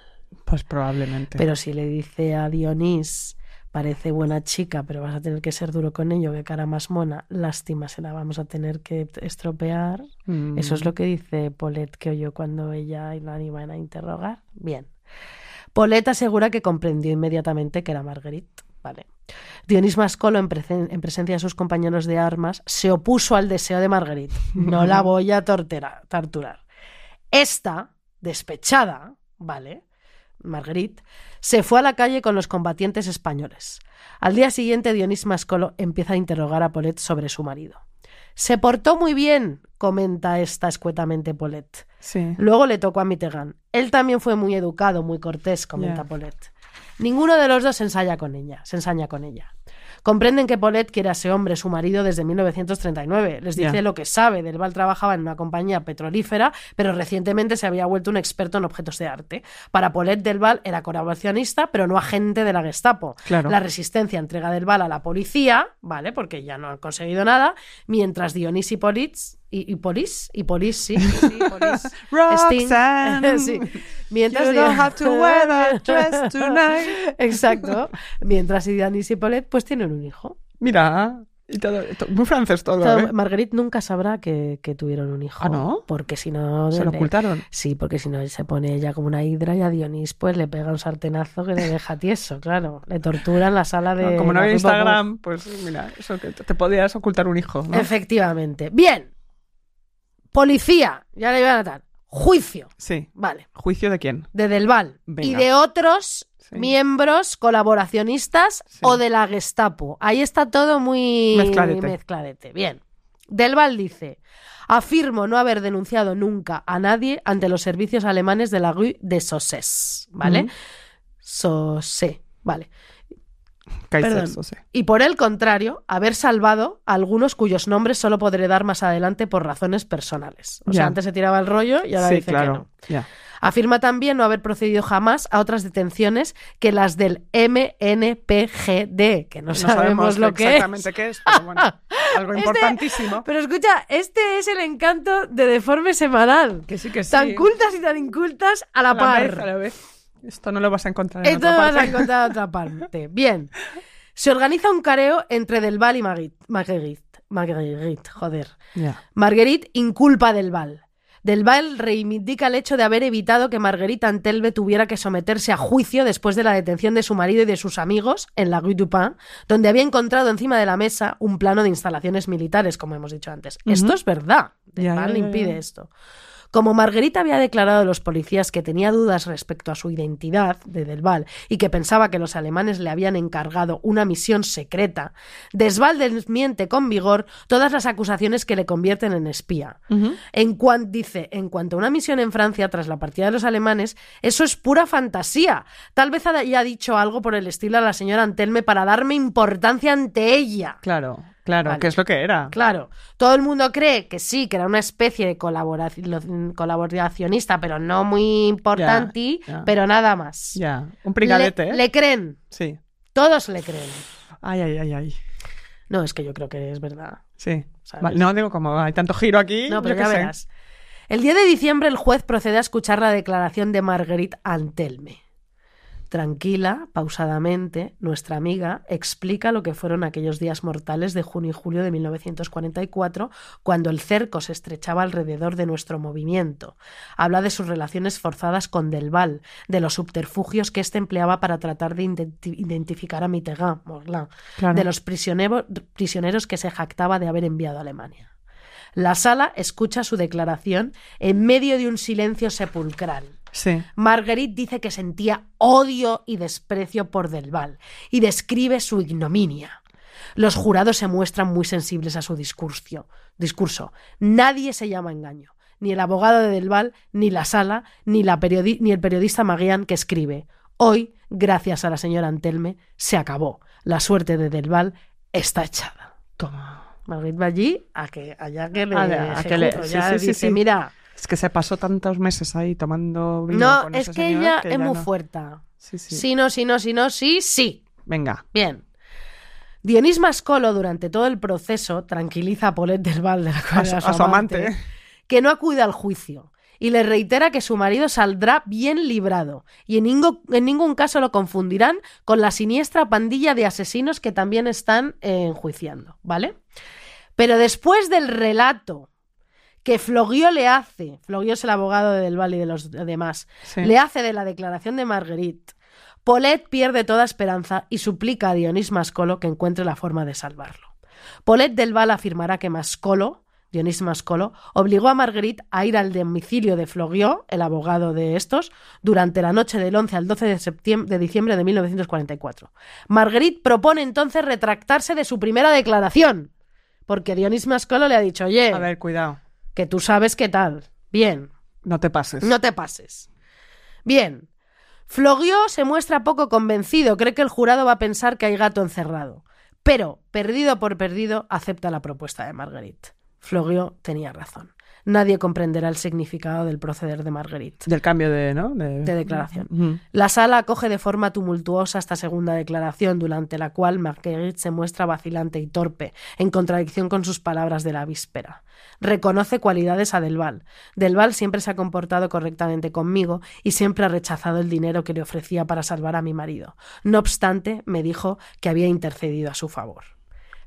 Pues probablemente.
Pero si le dice a Dionís, parece buena chica, pero vas a tener que ser duro con ello, que cara más mona, lástima, se la vamos a tener que estropear.
Mm.
Eso es lo que dice Paulette que oyó cuando ella y la iban a interrogar. Bien. Paulette asegura que comprendió inmediatamente que era Marguerite. Vale. Dionis Mascolo, en, presen- en presencia de sus compañeros de armas, se opuso al deseo de Marguerite. No la voy a tortera- torturar. Esta, despechada, ¿vale? Marguerite, se fue a la calle con los combatientes españoles. Al día siguiente, Dionis Mascolo empieza a interrogar a Paulette sobre su marido. Se portó muy bien, comenta esta escuetamente Paulette.
Sí.
Luego le tocó a Mitterrand. Él también fue muy educado, muy cortés, comenta
Ya.
Paulette. Ninguno de los dos se ensaya con ella, se ensaña con ella. Comprenden que Paulette quiere a ese hombre, su marido, desde 1939. Les dice
Ya.
lo que sabe. Delval trabajaba en una compañía petrolífera, pero recientemente se había vuelto un experto en objetos de arte. Para Paulette, Delval era colaboracionista, pero no agente de la Gestapo.
Claro.
La resistencia entrega del bal a la policía, ¿vale? Porque ya no han conseguido nada, mientras Dionis y Polis, y, y Polis, y Polis, sí, sí,
[laughs]
Polis.
Roxanne,
[laughs] Sí. Mientras
you don't
[laughs]
have to wear that dress tonight.
Exacto. Mientras Dionis y Polet pues tienen un hijo.
Mira, y todo, to- muy francés todo,
Entonces,
¿eh?
Marguerite nunca sabrá que, que tuvieron un hijo.
Ah, ¿no?
Porque si no...
Se lo
le-
ocultaron.
Sí, porque si no se pone ella como una hidra y a Dionís pues le pega un sartenazo que le deja tieso, claro. Le tortura en la sala de...
No, Ah, como no
la
había
Rue Beaubourg.
Instagram, pues mira, eso que te te podías ocultar un hijo. ¿no?
Efectivamente. Bien. Policía, ya le iba a notar. Juicio,
Sí.
vale.
¿Juicio de quién?
De Delval y
Venga.
de otros
Sí.
miembros colaboracionistas
Sí.
o de la Gestapo. Ahí está todo muy
Mezcladete.
mezcladete. Bien. Delval dice: Afirmo no haber denunciado nunca a nadie ante los servicios alemanes de la rue de Sosés. ¿Vale?
Mm.
Sosé. Vale.
Kaiser,
Perdón.
o sea.
Y por el contrario, haber salvado a algunos cuyos nombres solo podré dar más adelante por razones personales. O sea,
Ya.
antes se tiraba el rollo y ahora
sí,
dice
claro.
que no.
Ya.
Afirma también no haber procedido jamás a otras detenciones que las del MNPGD, que no,
[laughs] No
sabemos, lo que
exactamente
es.
qué es,
[laughs]
pero bueno, algo
Este-
importantísimo.
Pero escucha, este es el encanto de Deforme Semanal.
Que sí, que sí.
Tan cultas y tan incultas a la,
A la
par.
vez, a la vez. Esto no lo vas a encontrar en
Esto
otra
lo vas a
parte.
encontrar en otra parte. Bien. Se organiza un careo entre Del Val y Marguerite. Marguerite, Marguerite, joder. [laughs]
Ya.
Marguerite inculpa a Del Val. Del Val reivindica el hecho de haber evitado que Marguerite Antelve tuviera que someterse a juicio después de la detención de su marido y de sus amigos en la Rue du Pin, donde había encontrado encima de la mesa un plano de instalaciones militares, como hemos dicho antes.
Ujú.
Esto es verdad. Del
Ya,
Val
ya, ya,
impide
ya.
esto. Como Marguerite había declarado a los policías que tenía dudas respecto a su identidad de Delval y que pensaba que los alemanes le habían encargado una misión secreta, Desval desmiente con vigor todas las acusaciones que le convierten en espía.
Ujú.
En cuan- dice, en cuanto a una misión en Francia tras la partida de los alemanes, eso es pura fantasía. Tal vez haya dicho algo por el estilo a la señora Antelme para darme importancia ante ella.
Claro, claro,
Vale.
que es lo que era.
Claro, todo el mundo cree que sí, que era una especie de colaboraci- colaboracionista, pero no muy importante,
Ya, ya.
pero nada más.
Ya, un
Le-
brigadete, ¿eh?
le creen,
Sí.
todos le creen.
Ay, ay, ay, ay.
No, es que yo creo que es verdad.
Sí.
¿Sabes?
Vale, No, digo, como hay tanto giro aquí,
No, pero
yo qué
ya
sé.
verás. El 10 de diciembre el juez procede a escuchar la declaración de Marguerite Antelme. Tranquila, pausadamente, nuestra amiga explica lo que fueron aquellos días mortales de junio y julio de 1944, cuando el cerco se estrechaba alrededor de nuestro movimiento. Habla de sus relaciones forzadas con Delval, de los subterfugios que éste empleaba para tratar de identi- identificar a Mitterrand, Morlán,
Claro.
de los prisionero- prisioneros que se jactaba de haber enviado a Alemania. La sala escucha su declaración en medio de un silencio sepulcral.
Sí.
Marguerite dice que sentía odio y desprecio por Delval y describe su ignominia. Los jurados se muestran muy sensibles a su discurso. discurso. Nadie se llama engaño, ni el abogado de Delval, ni la sala, ni, la periodi- ni el periodista Maguian que escribe. Hoy, gracias a la señora Antelme, se acabó. La suerte de Delval está echada.
Toma.
Margrit va allí a que allá que le,
A la- a que le-
ejecuto.
sí,
ya
sí, sí,
dice,
sí.
mira,
Es que se pasó tantos meses ahí tomando vino
no,
con
es
ese
que
señor
ella
que
es
ya
muy
no.
fuerte.
Sí, sí.
Sí. no, sí, no, sí, no, sí, sí.
Venga.
Bien. Dionís Mascolo durante todo el proceso tranquiliza a Paulette del Val de la cual
A su,
era
a su amante. ¿eh?
que no acude al juicio y le reitera que su marido saldrá bien librado y en, ningo- en ningún caso lo confundirán con la siniestra pandilla de asesinos que también están eh, enjuiciando, ¿vale? Pero después del relato que Floguio le hace, Floguio es el abogado de Del Valle y de los demás,
Sí.
le hace de la declaración de Marguerite, Paulette pierde toda esperanza y suplica a Dionís Mascolo que encuentre la forma de salvarlo. Paulette del Val afirmará que Mascolo, Dionís Mascolo, obligó a Marguerite a ir al domicilio de Floguió, el abogado de estos, durante la noche del 11 al 12 de, septiembre, de diciembre de 1944. Marguerite propone entonces retractarse de su primera declaración, porque Dionís Mascolo le ha dicho, oye,
A ver, cuidado.
que tú sabes qué tal. Bien,
No te pases.
no te pases. Bien. Floguió se muestra poco convencido, cree que el jurado va a pensar que hay gato encerrado. Pero, perdido por perdido, acepta la propuesta de Marguerite. Floguió tenía razón. Nadie comprenderá el significado del proceder de Marguerite.
Del cambio de, ¿no? De,
De declaración.
Ujú.
La sala acoge de forma tumultuosa esta segunda declaración, durante la cual Marguerite se muestra vacilante y torpe, en contradicción con sus palabras de la víspera. Reconoce cualidades a Delval. Delval siempre se ha comportado correctamente conmigo y siempre ha rechazado el dinero que le ofrecía para salvar a mi marido. No obstante, me dijo que había intercedido a su favor.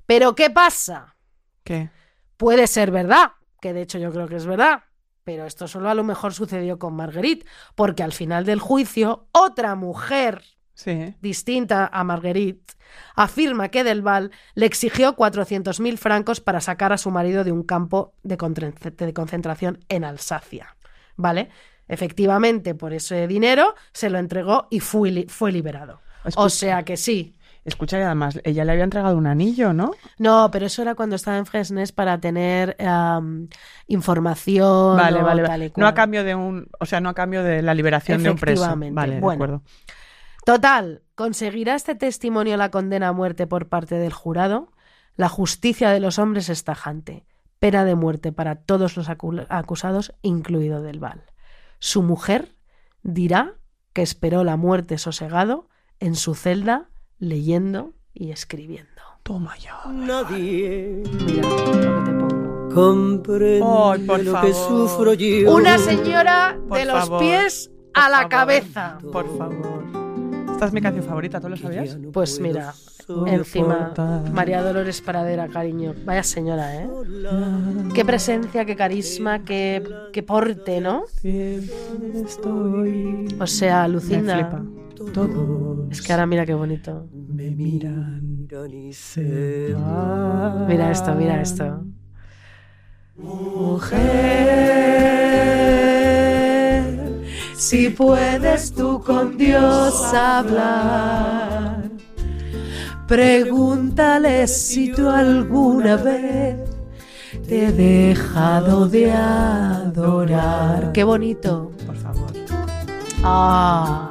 ¿Pero qué pasa?
¿Qué?
puede ser verdad, que de hecho yo creo que es verdad, pero esto solo a lo mejor sucedió con Marguerite, porque al final del juicio otra mujer
Sí.
distinta a Marguerite afirma que Delval le exigió 400.000 francos para sacar a su marido de un campo de, contra- de concentración en Alsacia, ¿vale? Efectivamente, por ese dinero se lo entregó y fue, li- fue liberado. O
Escucha.
sea que sí.
Escucha, y además, ella le había entregado un anillo, ¿no?
No, pero eso era cuando estaba en Fresnes para tener am, información.
vale,
o
vale,
tal y
vale. Oh, No a
cual.
cambio de un, o sea, no a cambio de la liberación de un preso.
Efectivamente.
Vale, de
Bueno.
acuerdo.
Total, ¿conseguirá este testimonio la condena a muerte por parte del jurado? La justicia de los hombres es tajante. Pena de muerte para todos los acu- acusados, incluido Del Val. Su mujer dirá que esperó la muerte sosegado en su celda leyendo y escribiendo.
Toma ya.
Nadie
Mira lo que te pongo.
comprende
Ay, por
lo que
favor.
sufro yo.
Una señora
Por
de los
favor.
pies a la
favor,
cabeza.
Por favor. Esta es mi canción favorita, ¿tú lo sabías?
Pues mira,
puedo
encima,
soportar.
María Dolores Paradera, cariño. Vaya señora, ¿eh? Qué presencia, qué carisma, qué, qué porte, ¿no?
Siempre estoy.
O sea,
Me
Lucinda.
flipa. Todos
Es que ahora mira qué bonito.
me miran y se van.
Mira esto, mira esto.
Mujer,
Si puedes tú con Dios hablar, pregúntale si tú alguna vez te he dejado de adorar. Qué bonito.
por favor.
Ah.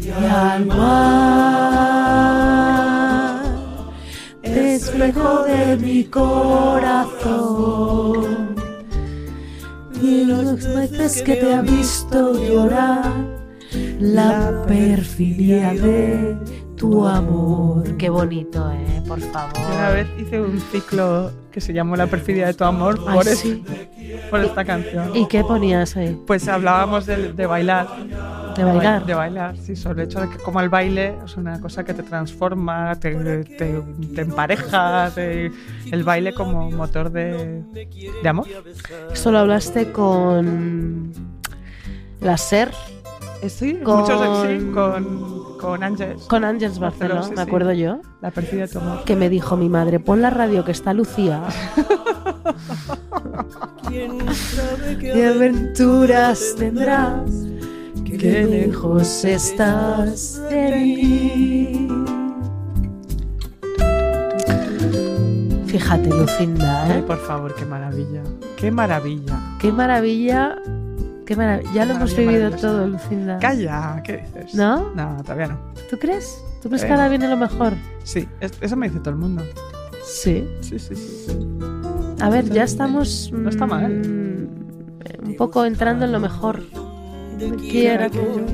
Y al mar, espejo de mi corazón. Y los veces que te ha visto llorar, la perfidia de tu amor. Qué bonito, eh, por
Una
favor.
vez hice un ciclo que se llamó La perfidia de tu amor
Ay,
por, es-
sí.
por esta canción.
¿Y qué ponías ahí?
Pues hablábamos de, de bailar.
¿De bailar?
De bailar, sí, sobre el hecho de que como el baile es una cosa que te transforma, te, te, te empareja, te- el baile como motor de, de amor.
Esto lo hablaste con la SER,
Sí,
Con-
muchos en sí, con, con Ángeles. ¿Eh?
con Ángels
Barceló,
Barceló, me
sí, sí.
acuerdo yo.
La perfidia de tu amor.
que me dijo mi madre, pon la radio que está Lucía. [laughs] ¿Qué aventuras tendrás? Qué lejos estás de mí. Fíjate, Lucinda,
Ay,
¿eh?
por favor, qué maravilla. Qué maravilla.
Qué maravilla. Qué marav- Ya lo hemos
Maravilla,
vivido
maravillosa.
todo, Lucinda.
Calla, ¿qué dices?
¿No?
No, todavía no.
¿Tú crees? ¿Tú crees que
Eh.
ahora viene lo mejor?
Sí, es- eso me dice todo el mundo.
Sí.
Sí, sí, sí.
A ver, ya estamos.
No está mal.
mm, Un poco entrando en lo mejor. Quiera que yo-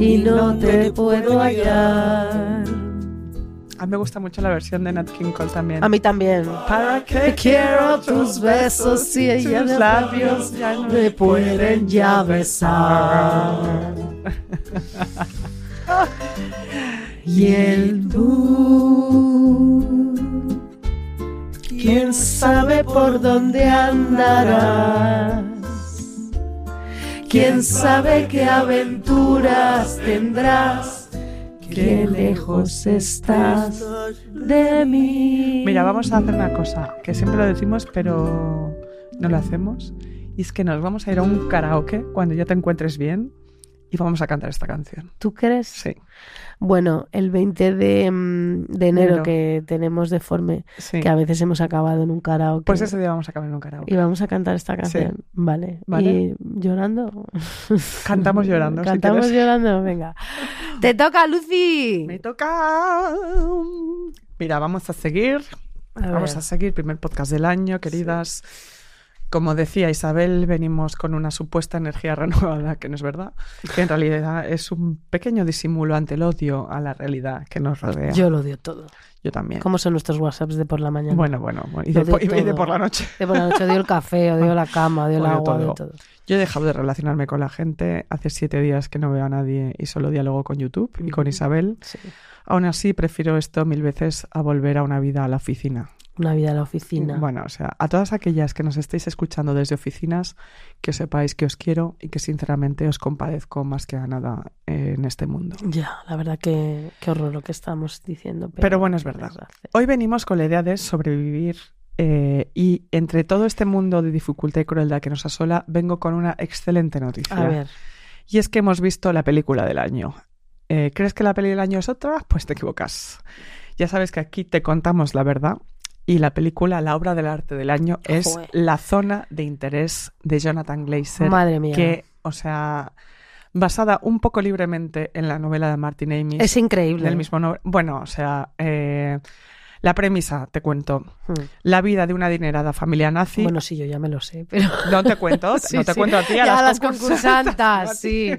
Y no te puedo hallar.
A mí me gusta mucho la versión de Nat King Cole también.
A mí también.
Para que
Quiero tus besos y ella
tus
de
labios
labios
ya no
me pueden ya besar. [laughs] y el tú, quién sabe por dónde andarás, quién sabe qué aventuras tendrás, qué lejos estás de mí.
Mira, vamos a hacer una cosa que siempre lo decimos, pero no lo hacemos. Y es que nos vamos a ir a un karaoke cuando ya te encuentres bien y vamos a cantar esta canción.
¿Tú crees?
Sí,
Bueno, el 20 de, mm, de enero
Enero.
que tenemos deforme,
sí.
que a veces hemos acabado en un karaoke.
Pues ese día vamos a acabar en un karaoke.
Y vamos a cantar esta canción. Vale.
Vale.
¿Y llorando?
Cantamos llorando, si
Cantamos
quieres.
llorando, venga. ¡Te toca, Lucy!
Me toca. Mira, vamos a seguir.
A ver.
Vamos a seguir, primer podcast del año, queridas. Como decía Isabel, venimos con una supuesta energía [laughs] renovada, que no es verdad, que en realidad es un pequeño disimulo ante el odio a la realidad que nos rodea. Yo,
Yo lo odio todo.
también.
¿Cómo son nuestros WhatsApps de por la mañana?
Bueno, bueno, bueno, y,
Lo
de, po-
odio
y de
todo.
por la noche.
De por la noche odio el café, odio la cama, odio el
Odio
agua,
todo.
odio todo.
Yo he dejado de relacionarme con la gente, hace siete días que no veo a nadie y solo diálogo con YouTube y con
Ujú.
Isabel.
Sí.
Aún así, prefiero esto mil veces a volver a una vida a la oficina.
Una vida en la oficina.
Bueno, o sea, a todas aquellas que nos estéis escuchando desde oficinas, que sepáis que os quiero y que sinceramente os compadezco más que a nada eh, en este mundo.
Ya, la verdad que qué horror lo que estamos diciendo. Pero,
Pero bueno, es verdad. Hoy venimos con la idea de sobrevivir eh, y entre todo este mundo de dificultad y crueldad que nos asola, vengo con una excelente noticia.
A ver.
Y es que hemos visto la película del año. Eh, ¿Crees que la peli del año es otra? Pues te equivocas. Ya sabes que aquí te contamos la verdad. Y la película, la obra del arte del año, es
Joder.
La zona de interés de Jonathan Glazer.
Madre mía.
Que, o sea, basada un poco libremente en la novela de Martin Amis.
Es increíble.
del mismo nombre. Bueno, o sea, eh, la premisa, te cuento.
Hmm.
La vida de una adinerada familia nazi.
Bueno, sí, yo ya me lo sé,
[laughs]
pero...
no te
[laughs]
cuento,
Sí,
no te
sí.
cuento a ti,
Y
a las,
concursantas,
[laughs] a ti.
sí.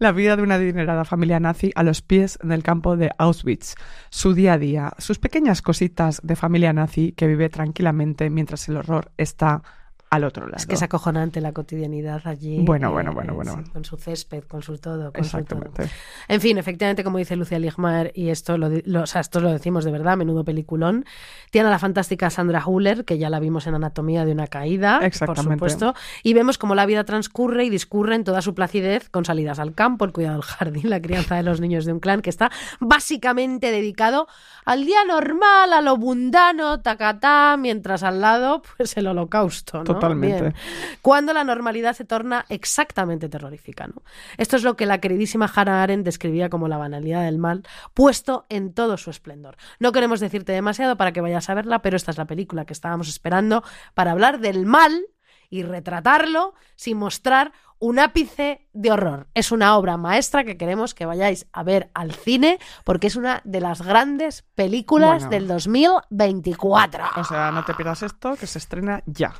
La vida de una adinerada familia nazi a los pies del campo de Auschwitz, su día a día, sus pequeñas cositas de familia nazi que vive tranquilamente mientras el horror está al otro lado.
Es que es acojonante la cotidianidad allí. eh,
Bueno, bueno, bueno, bueno.
sí, con su césped, con su todo, con su todo.
Exactamente.
En fin, efectivamente, como dice Lucia Ligmaer, y esto lo, di- lo- o sea, esto lo decimos de verdad, menudo peliculón, tiene a la fantástica Sandra Huller, que ya la vimos en Anatomía de una caída, por
Exactamente.
supuesto, y vemos cómo la vida transcurre y discurre en toda su placidez, con salidas al campo, el cuidado del jardín, la crianza de los niños de un clan, que está básicamente dedicado al día normal, a lo mundano, tacatá, mientras al lado, pues el holocausto. ¿no?
Totalmente.
Bien. Cuando la normalidad se torna exactamente terrorífica, ¿no? Esto es lo que la queridísima Hannah Arendt describía como la banalidad del mal, puesto en todo su esplendor. No queremos decirte demasiado para que vayas a verla, pero esta es la película que estábamos esperando para hablar del mal y retratarlo sin mostrar un ápice de horror. Es una obra maestra que queremos que vayáis a ver al cine porque es una de las grandes películas
Bueno.
del 2024.
O sea, no te pierdas esto, que se estrena ya.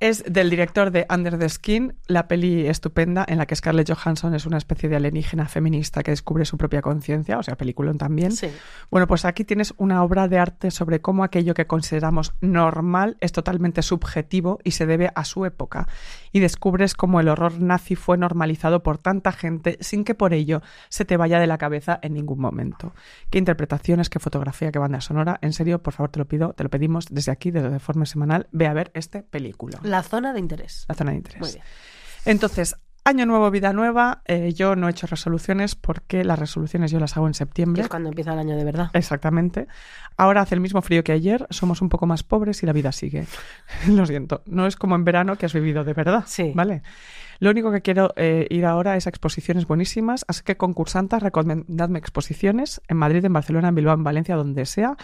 Es del director de Under the Skin, la peli estupenda en la que Scarlett Johansson es una especie de alienígena feminista que descubre su propia conciencia, o sea, peliculón también.
Sí.
Bueno, pues aquí tienes una obra de arte sobre cómo aquello que consideramos normal es totalmente subjetivo y se debe a su época. Y descubres cómo el horror nazi fue normalizado por tanta gente sin que por ello se te vaya de la cabeza en ningún momento. Qué interpretaciones, qué fotografía, qué banda sonora. En serio, por favor, te lo pido, te lo pedimos desde aquí, desde de forma semanal, ve a ver este película.
La zona de interés.
La zona de interés.
Muy bien.
Entonces, año nuevo, vida nueva. eh, yo no he hecho resoluciones porque las resoluciones yo las hago en
Que
septiembre.
es cuando empieza el año de verdad.
Exactamente. Ahora hace el mismo frío que ayer, somos un poco más pobres y la vida sigue. [laughs] Lo siento, no es como en verano que has vivido de verdad.
Sí.
¿Vale? Lo único que quiero eh, ir ahora es a exposiciones buenísimas, así que concursantas, recomendadme exposiciones en Madrid, en Barcelona, en Bilbao, en Valencia, donde sea,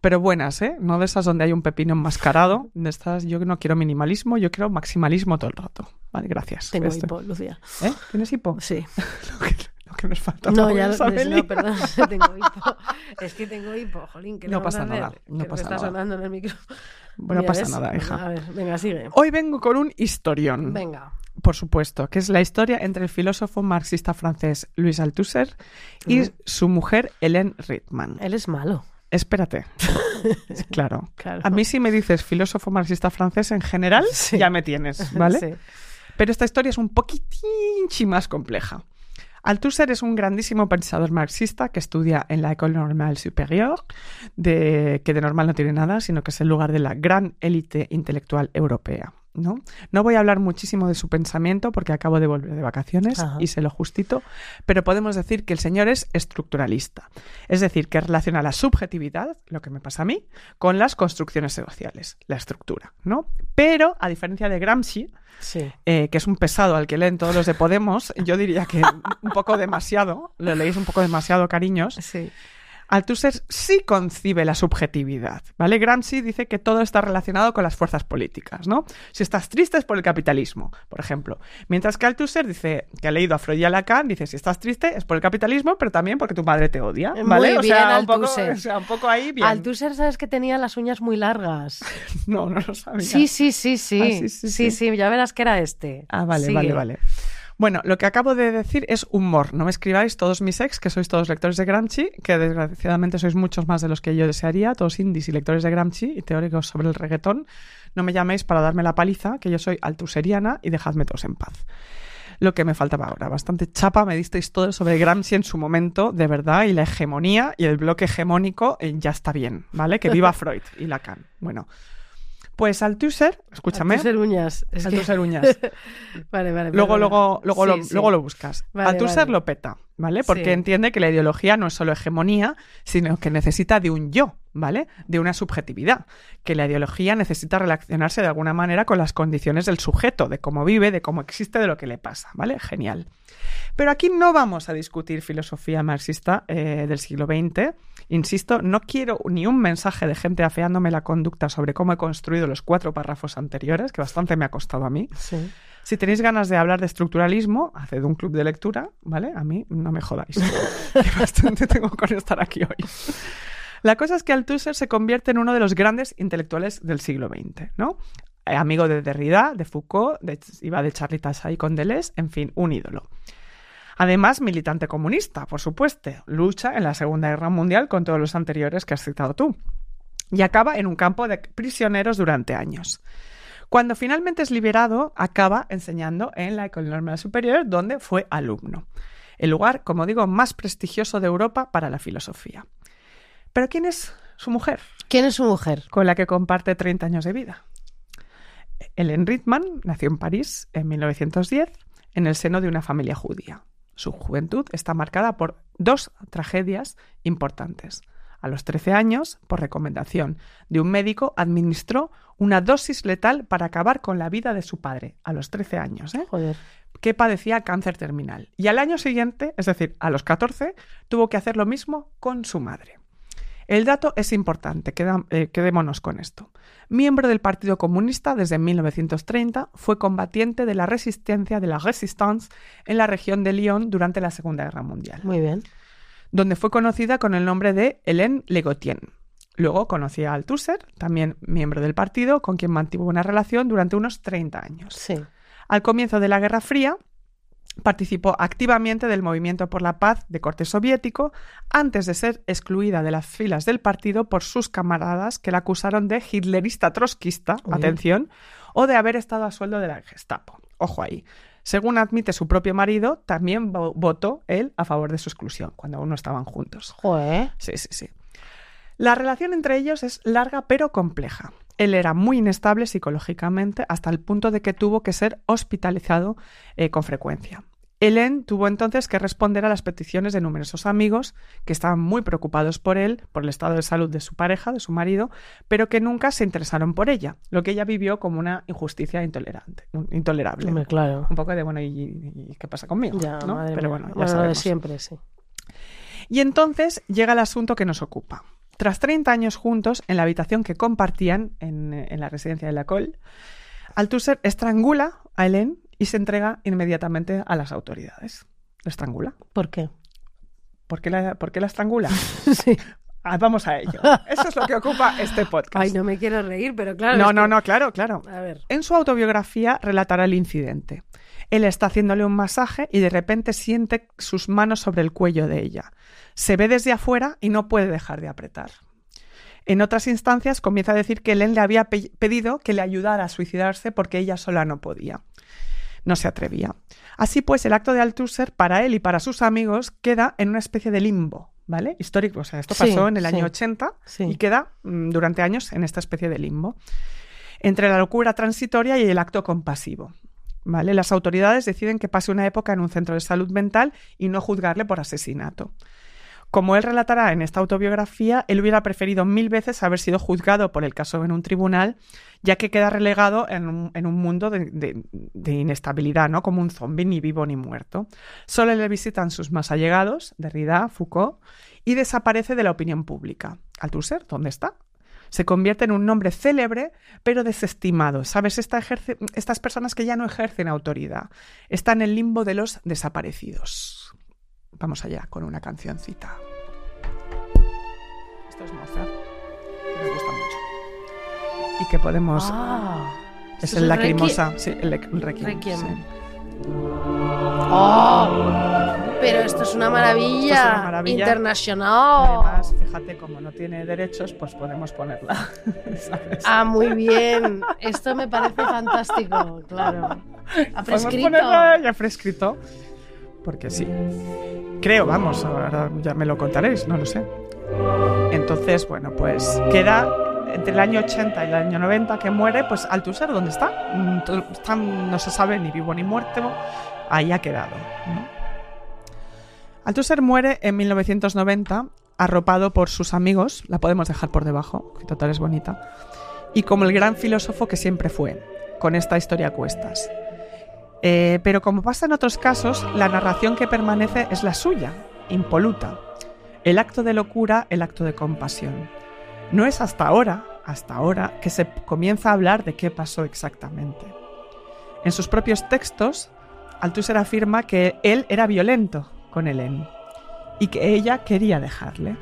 pero buenas, ¿eh? No de esas donde hay un pepino enmascarado, de estas yo no quiero minimalismo, yo quiero maximalismo todo el rato. Vale, gracias.
Tengo
Esto-
hipo, Lucía.
¿Eh?
[laughs]
¿Tienes hipo? [laughs]
Sí.
Lo que, lo que nos falta.
No,
para
ya
esa
no,
peli.
no, perdón, [laughs] tengo hipo. Es que tengo hipo, jolín, que
No pasa nada, no pasa
está
nada.
sonando en el micro.
Bueno,
Mira,
pasa
¿ves?
nada, hija. Oh,
A ver, venga, sigue.
Hoy vengo con un historión.
Venga.
por supuesto, que es la historia entre el filósofo marxista francés Louis Althusser y
Ujú. Eh.
su mujer Hélène Ritman.
Él es malo, [laughs]
Espérate. Sí, claro.
claro.
A mí si me dices filósofo marxista francés en general,
Sí.
ya me tienes, ¿vale?
Sí.
Pero esta historia es un poquitinchi más compleja. Althusser es un grandísimo pensador marxista que estudia en la École Normale Supérieure, de, que de normal no tiene nada, sino que es el lugar de la gran élite intelectual europea. ¿no? no voy a hablar muchísimo de su pensamiento porque acabo de volver de vacaciones
Ajá.
y sé lo justito, pero podemos decir que el señor es estructuralista, es decir, que relaciona la subjetividad, lo que me pasa a mí, con las construcciones sociales, la estructura. ¿no? Pero, a diferencia de Gramsci,
Sí.
eh, que es un pesado al que leen todos los de Podemos, yo diría que un poco demasiado, lo leéis un poco demasiado, cariños.
Sí.
Althusser sí concibe la subjetividad, ¿vale? Gramsci dice que todo está relacionado con las fuerzas políticas, ¿no? Si estás triste es por el capitalismo, por ejemplo. Mientras que Althusser dice, que ha leído a Freud y a Lacan, dice, si estás triste es por el capitalismo, pero también porque tu madre te odia,
Muy
¿vale? o,
bien,
sea, un poco,
Althusser.
o sea, un poco ahí bien.
Althusser, sabes que tenía las uñas muy
[laughs]
largas.
No, no lo sabía.
Sí, sí, sí, sí.
Ah,
sí,
sí,
sí,
sí, sí.
ya verás que era este.
Ah, vale,
Sigue.
vale, vale. Bueno, lo que acabo de decir es humor. No me escribáis todos mis ex, que sois todos lectores de Gramsci, que desgraciadamente sois muchos más de los que yo desearía, todos indies y lectores de Gramsci y teóricos sobre el reggaetón. No me llaméis para darme la paliza, que yo soy altuseriana y dejadme todos en paz. Lo que me faltaba ahora, bastante chapa me disteis todo sobre Gramsci en su momento, de verdad, y la hegemonía y el bloque hegemónico, eh, ya está bien, ¿vale?
[laughs]
Que viva Freud y Lacan. Bueno, pues Althusser, escúchame,
Althusser uñas. Es que- [laughs]
Althusser Uñas.
Vale, vale.
Luego,
perdona.
luego, luego,
Sí,
lo,
sí.
luego lo buscas.
Vale,
Althusser
vale.
lo peta, ¿vale? Porque
Sí.
entiende que la ideología no es solo hegemonía, sino que necesita de un yo, ¿vale? De una subjetividad. Que la ideología necesita relacionarse de alguna manera con las condiciones del sujeto, de cómo vive, de cómo existe, de lo que le pasa, ¿vale? Genial. Pero aquí no vamos a discutir filosofía marxista eh, del siglo XX. Insisto, no quiero ni un mensaje de gente afeándome la conducta sobre cómo he construido los cuatro párrafos anteriores, que bastante me ha costado a mí.
Sí.
Si tenéis ganas de hablar de estructuralismo, haced un club de lectura, ¿vale? A mí no me jodáis. que bastante tengo con estar aquí hoy. La cosa es que Althusser se convierte en uno de los grandes intelectuales del siglo XX, ¿no? Eh, amigo de Derrida, de Foucault, de, iba de charlitas ahí con Deleuze, en fin, un ídolo. Además, militante comunista, por supuesto. Lucha en la Segunda Guerra Mundial con todos los anteriores que has citado tú. Y acaba en un campo de prisioneros durante años. Cuando finalmente es liberado, acaba enseñando en la École Normale Supérieure, donde fue alumno. El lugar, como digo, más prestigioso de Europa para la filosofía. Pero ¿quién es su mujer,
¿Quién es su mujer?
con la que comparte 30 años de vida? Ellen Rittman nació en París en 1910 en el seno de una familia judía. Su juventud está marcada por dos tragedias importantes. A los 13 años, por recomendación de un médico, administró una dosis letal para acabar con la vida de su padre. A los 13 años, ¿eh?
Joder.
que padecía cáncer terminal. Y al año siguiente, es decir, a los 14, tuvo que hacer lo mismo con su madre. El dato es importante, queda- eh, quedémonos con esto. Miembro del Partido Comunista desde 1930, fue combatiente de la resistencia de la Resistance en la región de Lyon durante la Segunda Guerra Mundial
Muy bien.
donde fue conocida con el nombre de Hélène Legotien. Luego conocía a Althusser, también miembro del partido, con quien mantuvo una relación durante unos 30 años.
Sí.
Al comienzo de la Guerra Fría, participó activamente del movimiento por la paz de corte soviético antes de ser excluida de las filas del partido por sus camaradas que la acusaron de hitlerista trotskista,
Uy.
atención, o de haber estado a sueldo de la Gestapo. Ojo ahí. Según admite su propio marido, también vo- votó él a favor de su exclusión cuando aún no estaban juntos.
Joder. ¿eh?
Sí, sí, sí. La relación entre ellos es larga pero compleja. Él era muy inestable psicológicamente hasta el punto de que tuvo que ser hospitalizado eh, con frecuencia. Helen tuvo entonces que responder a las peticiones de numerosos amigos que estaban muy preocupados por él, por el estado de salud de su pareja, de su marido, pero que nunca se interesaron por ella, lo que ella vivió como una injusticia intolerante, intolerable.
Hombre, claro.
Un poco de, bueno, ¿y, y qué pasa conmigo?
Ya,
¿no?
madre
Pero
mía.
bueno, ya
lo de
sabemos.
siempre, sí.
Y entonces llega el asunto que nos ocupa. Tras 30 años juntos, en la habitación que compartían en, eh, en la residencia de la Col, Althusser estrangula a Helen y se entrega inmediatamente a las autoridades. Lo estrangula.
¿Por qué?
¿Por qué la, por qué la estrangula?
[laughs]
[laughs]
sí.
Ah, vamos a ello. Eso es lo que ocupa este podcast.
Ay, no me quiero reír, pero claro.
no,
es
no,
que-
no, claro, claro.
A ver.
En su autobiografía relatará el incidente. Él está haciéndole un masaje y de repente siente sus manos sobre el cuello de ella. Se ve desde afuera y no puede dejar de apretar. En otras instancias comienza a decir que Helen le había pe- pedido que le ayudara a suicidarse porque ella sola no podía. No se atrevía. Así pues, el acto de Althusser para él y para sus amigos queda en una especie de limbo, ¿vale? Histórico. O sea, esto
Sí,
pasó en el
sí.
año 80
Sí.
y queda mm, durante años en esta especie de limbo entre la locura transitoria y el acto compasivo. ¿Vale? Las autoridades deciden que pase una época en un centro de salud mental y no juzgarle por asesinato. Como él relatará en esta autobiografía, él hubiera preferido mil veces haber sido juzgado por el caso en un tribunal, ya que queda relegado en un, en un mundo de, de- de inestabilidad, ¿no? Como un zombi ni vivo ni muerto. Solo le visitan sus más allegados, Derrida, Foucault, y desaparece de la opinión pública. Althusser, ¿dónde está? Se convierte en un nombre célebre, pero desestimado. ¿Sabes? Esta ejerce- estas personas que ya no ejercen autoridad. Están en el limbo de los desaparecidos. Vamos allá con una cancioncita. Esto es Mozart, que nos gusta mucho. Y que podemos...
Ah.
es
esto
el
es Requiem.
lacrimosa. Sí, el, lec- el requiem.
Requiem.
sí.
¡Oh! Pero esto es una maravilla.
Esto es una maravilla.
Internacional.
Además, fíjate, como no tiene derechos, pues podemos ponerla. [laughs] ¿sabes?
Ah, muy bien. Esto me parece fantástico, claro. Ha
Podemos
prescrito.
ponerla ya prescrito. Porque sí. Creo, vamos, ahora ya me lo contaréis, no lo sé. Entonces, bueno, pues queda entre el año 80 y el año 90 que muere, pues Althusser, ¿dónde está? Mm, to- está- No se sabe ni vivo ni muerto, ahí ha quedado. ¿no? Althusser muere en 1990, arropado por sus amigos, la podemos dejar por debajo, que total es bonita, y como el gran filósofo que siempre fue, con esta historia a cuestas. Eh, pero como pasa en otros casos, la narración que permanece es la suya, impoluta. El acto de locura, el acto de compasión. No es hasta ahora, hasta ahora, que se comienza a hablar de qué pasó exactamente. En sus propios textos, Althusser afirma que él era violento con Helen y que ella quería dejarle.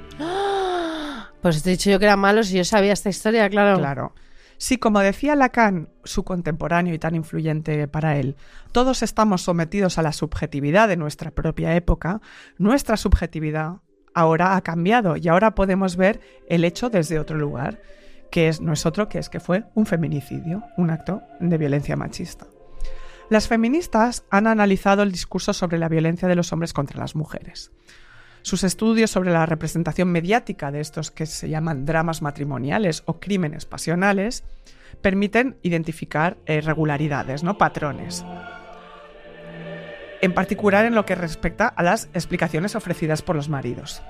Pues te he dicho yo que era malo si yo sabía esta historia, claro.
Claro. Sí, como decía Lacan, su contemporáneo y tan influyente para él, todos estamos sometidos a la subjetividad de nuestra propia época, nuestra subjetividad ahora ha cambiado y ahora podemos ver el hecho desde otro lugar, que es, no es otro que es que fue un feminicidio, un acto de violencia machista. Las feministas han analizado el discurso sobre la violencia de los hombres contra las mujeres. Sus estudios sobre la representación mediática de estos que se llaman dramas matrimoniales o crímenes pasionales permiten identificar eh, regularidades, ¿no? patrones. En particular en lo que respecta a las explicaciones ofrecidas por los maridos.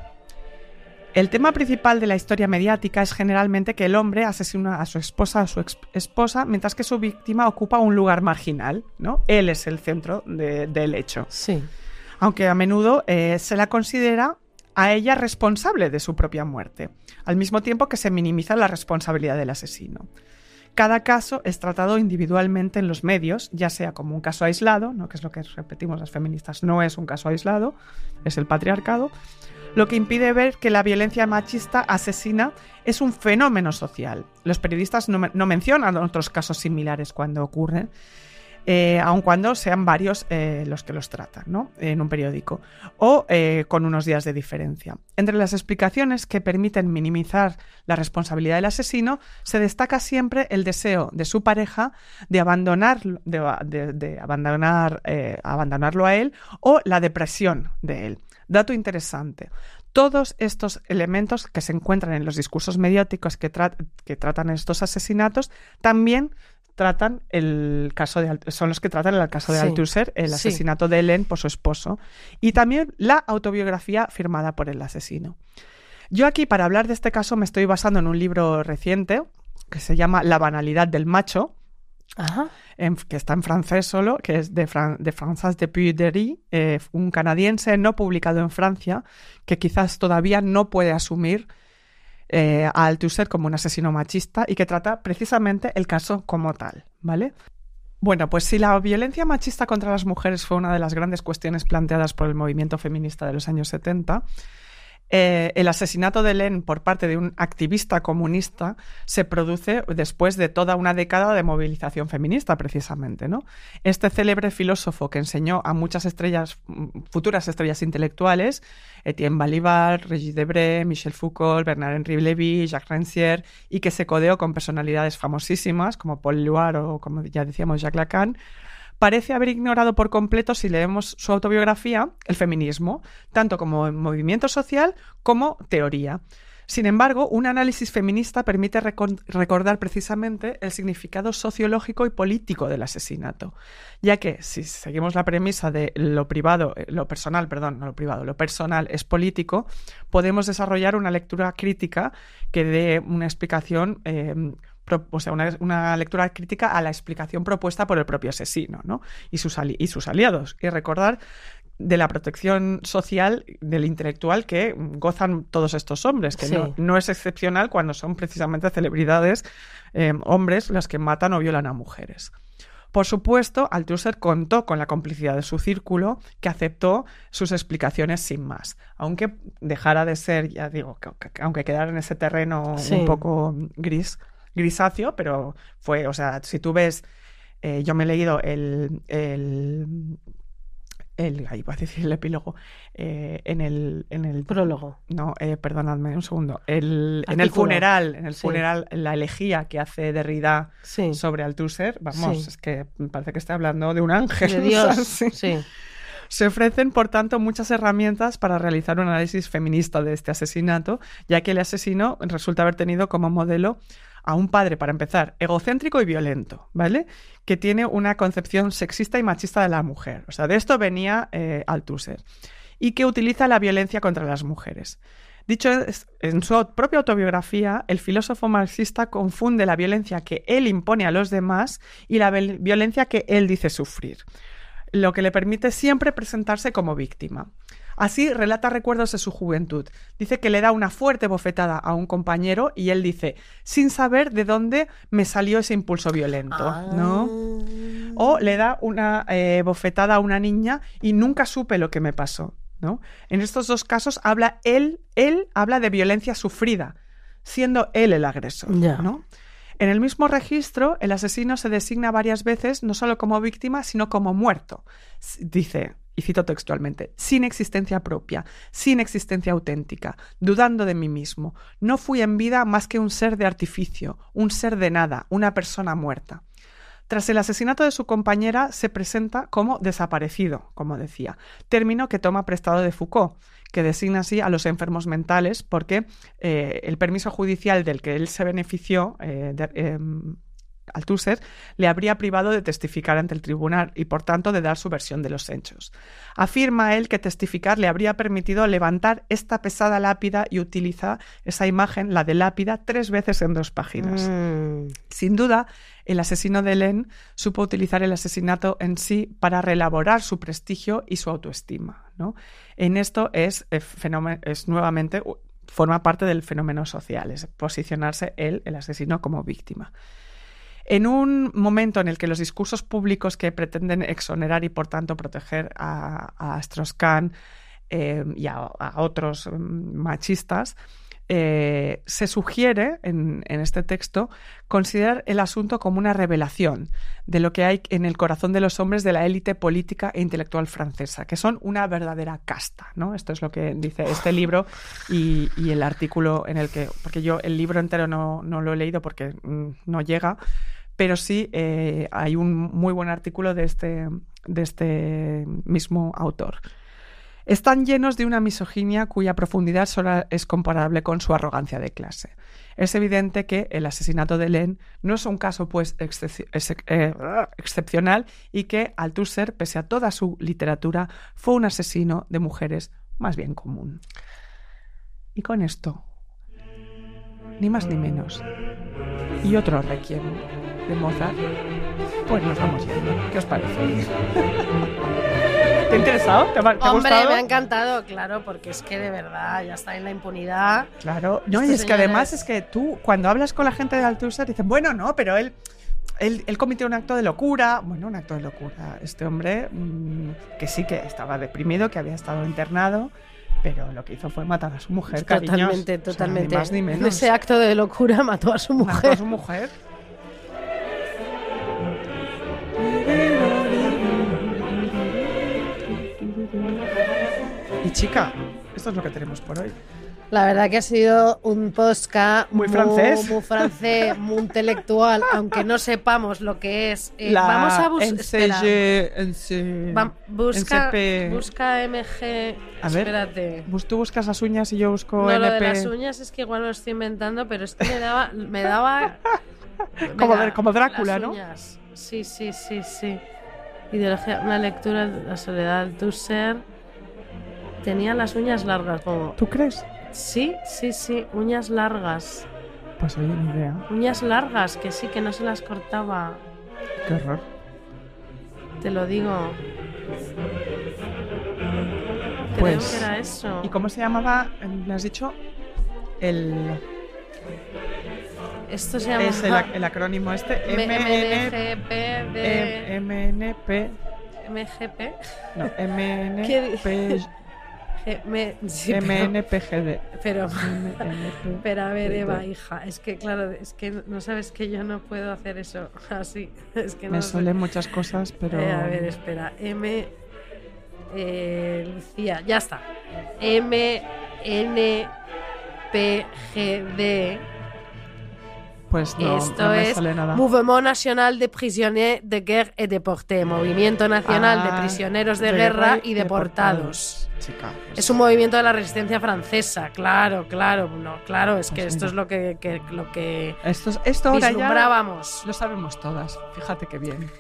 El tema principal de la historia mediática es generalmente que el hombre asesina a su esposa o su ex- esposa mientras que su víctima ocupa un lugar marginal, ¿no? Él es el centro de- del hecho
Sí.
aunque a menudo eh, se la considera a ella responsable de su propia muerte, al mismo tiempo que se minimiza la responsabilidad del asesino. Cada caso es tratado individualmente en los medios, ya sea como un caso aislado, ¿no? que es lo que repetimos las feministas, no es un caso aislado, es el patriarcado, lo que impide ver que la violencia machista asesina es un fenómeno social. Los periodistas no, men- no mencionan otros casos similares cuando ocurren, eh, aun cuando sean varios eh, los que los tratan ¿no? en un periódico, o eh, con unos días de diferencia. Entre las explicaciones que permiten minimizar la responsabilidad del asesino, se destaca siempre el deseo de su pareja de, abandonar, de, de- de abandonar, eh, abandonarlo a él o la depresión de él. Dato interesante. Todos estos elementos que se encuentran en los discursos mediáticos que, tra- que tratan estos asesinatos también tratan el caso de Alt- son los que tratan el caso de
Sí.
Althusser, el
Sí.
asesinato de Helen por su esposo y también la autobiografía firmada por el asesino. Yo aquí para hablar de este caso me estoy basando en un libro reciente que se llama La banalidad del macho,
Ajá.
en- que está en francés solo, que es de, Fran- de François de Pudery, un canadiense no publicado en Francia, que quizás todavía no puede asumir eh, a Althusser como un asesino machista y que trata precisamente el caso como tal, ¿vale? Bueno, pues si la violencia machista contra las mujeres fue una de las grandes cuestiones planteadas por el movimiento feminista de los años 70, eh, el asesinato de Len por parte de un activista comunista se produce después de toda una década de movilización feminista, precisamente. ¿no? Este célebre filósofo que enseñó a muchas estrellas, mm, futuras estrellas intelectuales, Etienne Balibar, Regis Debray, Michel Foucault, Bernard-Henri Levy, Jacques Rancière, y que se codeó con personalidades famosísimas como Paul Luar o, como ya decíamos, Jacques Lacan, parece haber ignorado por completo, si leemos su autobiografía, el feminismo, tanto como movimiento social como teoría. Sin embargo, un análisis feminista permite recon- recordar precisamente el significado sociológico y político del asesinato, ya que si seguimos la premisa de lo privado, eh, lo personal, perdón, no lo privado, lo personal es político, podemos desarrollar una lectura crítica que dé una explicación eh, pro- o sea, una, una lectura crítica a la explicación propuesta por el propio asesino ¿no? y, sus ali- y sus aliados. Y recordar de la protección social, del intelectual que gozan todos estos hombres, que
Sí.
no, no es excepcional cuando son precisamente celebridades, eh, hombres, los que matan o violan a mujeres. Por supuesto, Althusser contó con la complicidad de su círculo, que aceptó sus explicaciones sin más, aunque dejara de ser, ya digo, que- que- aunque quedara en ese terreno
Sí.
un poco gris, grisáceo, pero fue, o sea, si tú ves, eh, yo me he leído el, el, el- ahí va a decir el epílogo, eh, en el, en el
Prólogo.
no, eh, perdonadme un segundo. El- en el
Artículo.
funeral, en el
Sí.
funeral, la elegía que hace Derrida
Sí.
sobre Althusser, vamos,
Sí.
es que parece que está hablando de un ángel.
De
[laughs] o sea,
Dios.
sí.
Sí.
Se ofrecen, por tanto, muchas herramientas para realizar un análisis feminista de este asesinato, ya que el asesino resulta haber tenido como modelo a un padre, para empezar, egocéntrico y violento, ¿vale? Que tiene una concepción sexista y machista de la mujer. O sea, de esto venía eh, Althusser. Y que utiliza la violencia contra las mujeres. Dicho es, en su au- propia autobiografía, el filósofo marxista confunde la violencia que él impone a los demás y la vel- violencia que él dice sufrir lo que le permite siempre presentarse como víctima. Así relata recuerdos de su juventud. Dice que le da una fuerte bofetada a un compañero y él dice, sin saber de dónde me salió ese impulso violento, ¿no? O le da una eh, bofetada a una niña y nunca supe lo que me pasó, ¿no? En estos dos casos habla él, él habla de violencia sufrida, siendo él el agresor,
Ya.
¿no? En el mismo registro, el asesino se designa varias veces no solo como víctima, sino como muerto. S- Dice, y cito textualmente, sin existencia propia, sin existencia auténtica, dudando de mí mismo. No fui en vida más que un ser de artificio, un ser de nada, una persona muerta. Tras el asesinato de su compañera, se presenta como desaparecido, como decía, término que toma prestado de Foucault, que designa así a los enfermos mentales, porque eh, el permiso judicial del que él se benefició, eh, de- em, Althusser, le habría privado de testificar ante el tribunal y, por tanto, de dar su versión de los hechos. Afirma él que testificar le habría permitido levantar esta pesada lápida y utiliza esa imagen, la de lápida, tres veces en dos páginas.
Mm.
Sin duda, el asesino de Len supo utilizar el asesinato en sí para reelaborar su prestigio y su autoestima. ¿no? En esto es, eh, fenómen- es nuevamente u- forma parte del fenómeno social, es posicionarse él, el asesino, como víctima. En un momento en el que los discursos públicos que pretenden exonerar y por tanto proteger a, a Strauss-Kahn eh, y a, a otros mm, machistas, eh, se sugiere en, en este texto considerar el asunto como una revelación de lo que hay en el corazón de los hombres de la élite política e intelectual francesa, que son una verdadera casta. ¿no? Esto es lo que dice este libro y, y el artículo en el que, porque yo el libro entero no, no lo he leído porque mm, no llega, pero sí eh, hay un muy buen artículo de este, de este mismo autor. Están llenos de una misoginia cuya profundidad solo es comparable con su arrogancia de clase. Es evidente que el asesinato de Len no es un caso pues excep- ex- eh, excepcional y que Althusser, pese a toda su literatura, fue un asesino de mujeres más bien común. Y con esto, ni más ni menos, y otro requiem de Mozart, pues nos vamos yendo. ¿Qué os parece? [laughs] ¿Te ha interesado? ¿Te ha, te ha
Hombre,
gustado?
me ha encantado, claro, porque es que de verdad ya está en la impunidad.
Claro, no, y
Estos
es que además
señores-
es que tú, cuando hablas con la gente de Althusser, dicen, bueno, no, pero él, él, él cometió un acto de locura. Bueno, un acto de locura. Este hombre, mm, que sí que estaba deprimido, que había estado internado, pero lo que hizo fue matar a su mujer, cariños.
Totalmente,
O sea,
totalmente.
ni más ni menos.
En ese acto de locura [laughs] mató a su
Mató a
mujer.
su mujer. Y chica, esto es lo que tenemos por hoy.
La verdad que ha sido un podcast
Muy francés.
muy francés, muy intelectual, aunque no sepamos lo que es. Eh,
La
vamos a buscar.
NCG, NC.
busca,
NCP.
busca MG.
A ver.
Espérate.
Bus- Pues Tú buscas las uñas y yo busco
No, lo
NP.
de las uñas es que igual me lo estoy inventando, pero es que me daba. Me daba
[laughs] Como
Mira,
de- como Drácula,
las
¿no?
uñas. Sí, sí, sí, sí. Ideología, una lectura de la soledad del Tusser. Tenía las uñas largas, como.
¿Tú crees?
Sí, sí, sí, uñas largas.
Pues oye, ni idea.
Uñas largas, que sí, que no se las cortaba.
Qué horror.
Te lo digo. Creo
Pues,
que era eso.
¿Y cómo se llamaba? eh, ¿Me has dicho? El,
Esto se llama.
es el,
[laughs]
ac- el acrónimo este.
M-
MN,
MNGP
eh,
de-
MNP.
MGP.
No,
¿Qué di-
MNP.
G- Eh, me- sí, pero- [laughs]
MNPGD.
Pero,
MNP.
pero a ver,
Sí,
Eva,
sí.
hija, es que claro, es que no sabes que yo no puedo hacer eso [laughs] así. Es que no
Me
lo sé.
suelen muchas cosas, pero.
Eh, a ver, espera. M. eh, Lucía, ya está. M. N. P. G. D.
Pues no,
Esto
no me
es
sale nada.
Mouvement National de Prisonniers de Guerre et Deportés. Movimiento Nacional
Ah,
de Prisioneros de, Guerra y Deportados.
Chica. pues-
Es un movimiento de la resistencia francesa, claro, claro, no, claro, es que
Pues
esto
mira.
es lo que, que- lo que
Esto, es- esto ahora ya.
vislumbrábamos.
Lo sabemos todas, fíjate qué bien.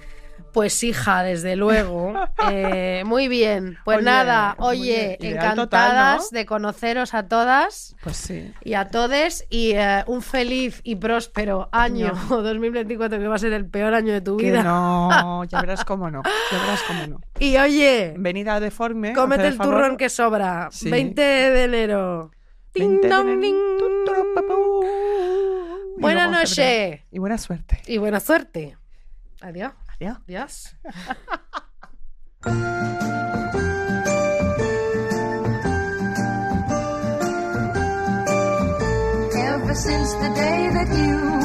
Pues hija, desde luego. Eh, muy bien, pues
Oye,
nada,
muy
oye,
bien. Ideal
encantadas
total, ¿no?
de conoceros a todas
Pues sí.
y a todes y eh, un feliz y próspero año [laughs] 2024 que va a ser el peor año de tu
Que
vida. [laughs]
no, ya verás cómo no, ya verás cómo no.
Y oye,
Venida deforme.
cómete
haced
el
favor.
turrón que sobra.
Sí.
20 de enero.
20
Ding
de
dong,
enero.
ding.
Tun, turun, papú. Y
Buena
luego en
noche.
febrero. Y buena suerte.
Y buena suerte. Adiós.
Adiós.
Adiós.
Ever since the day that you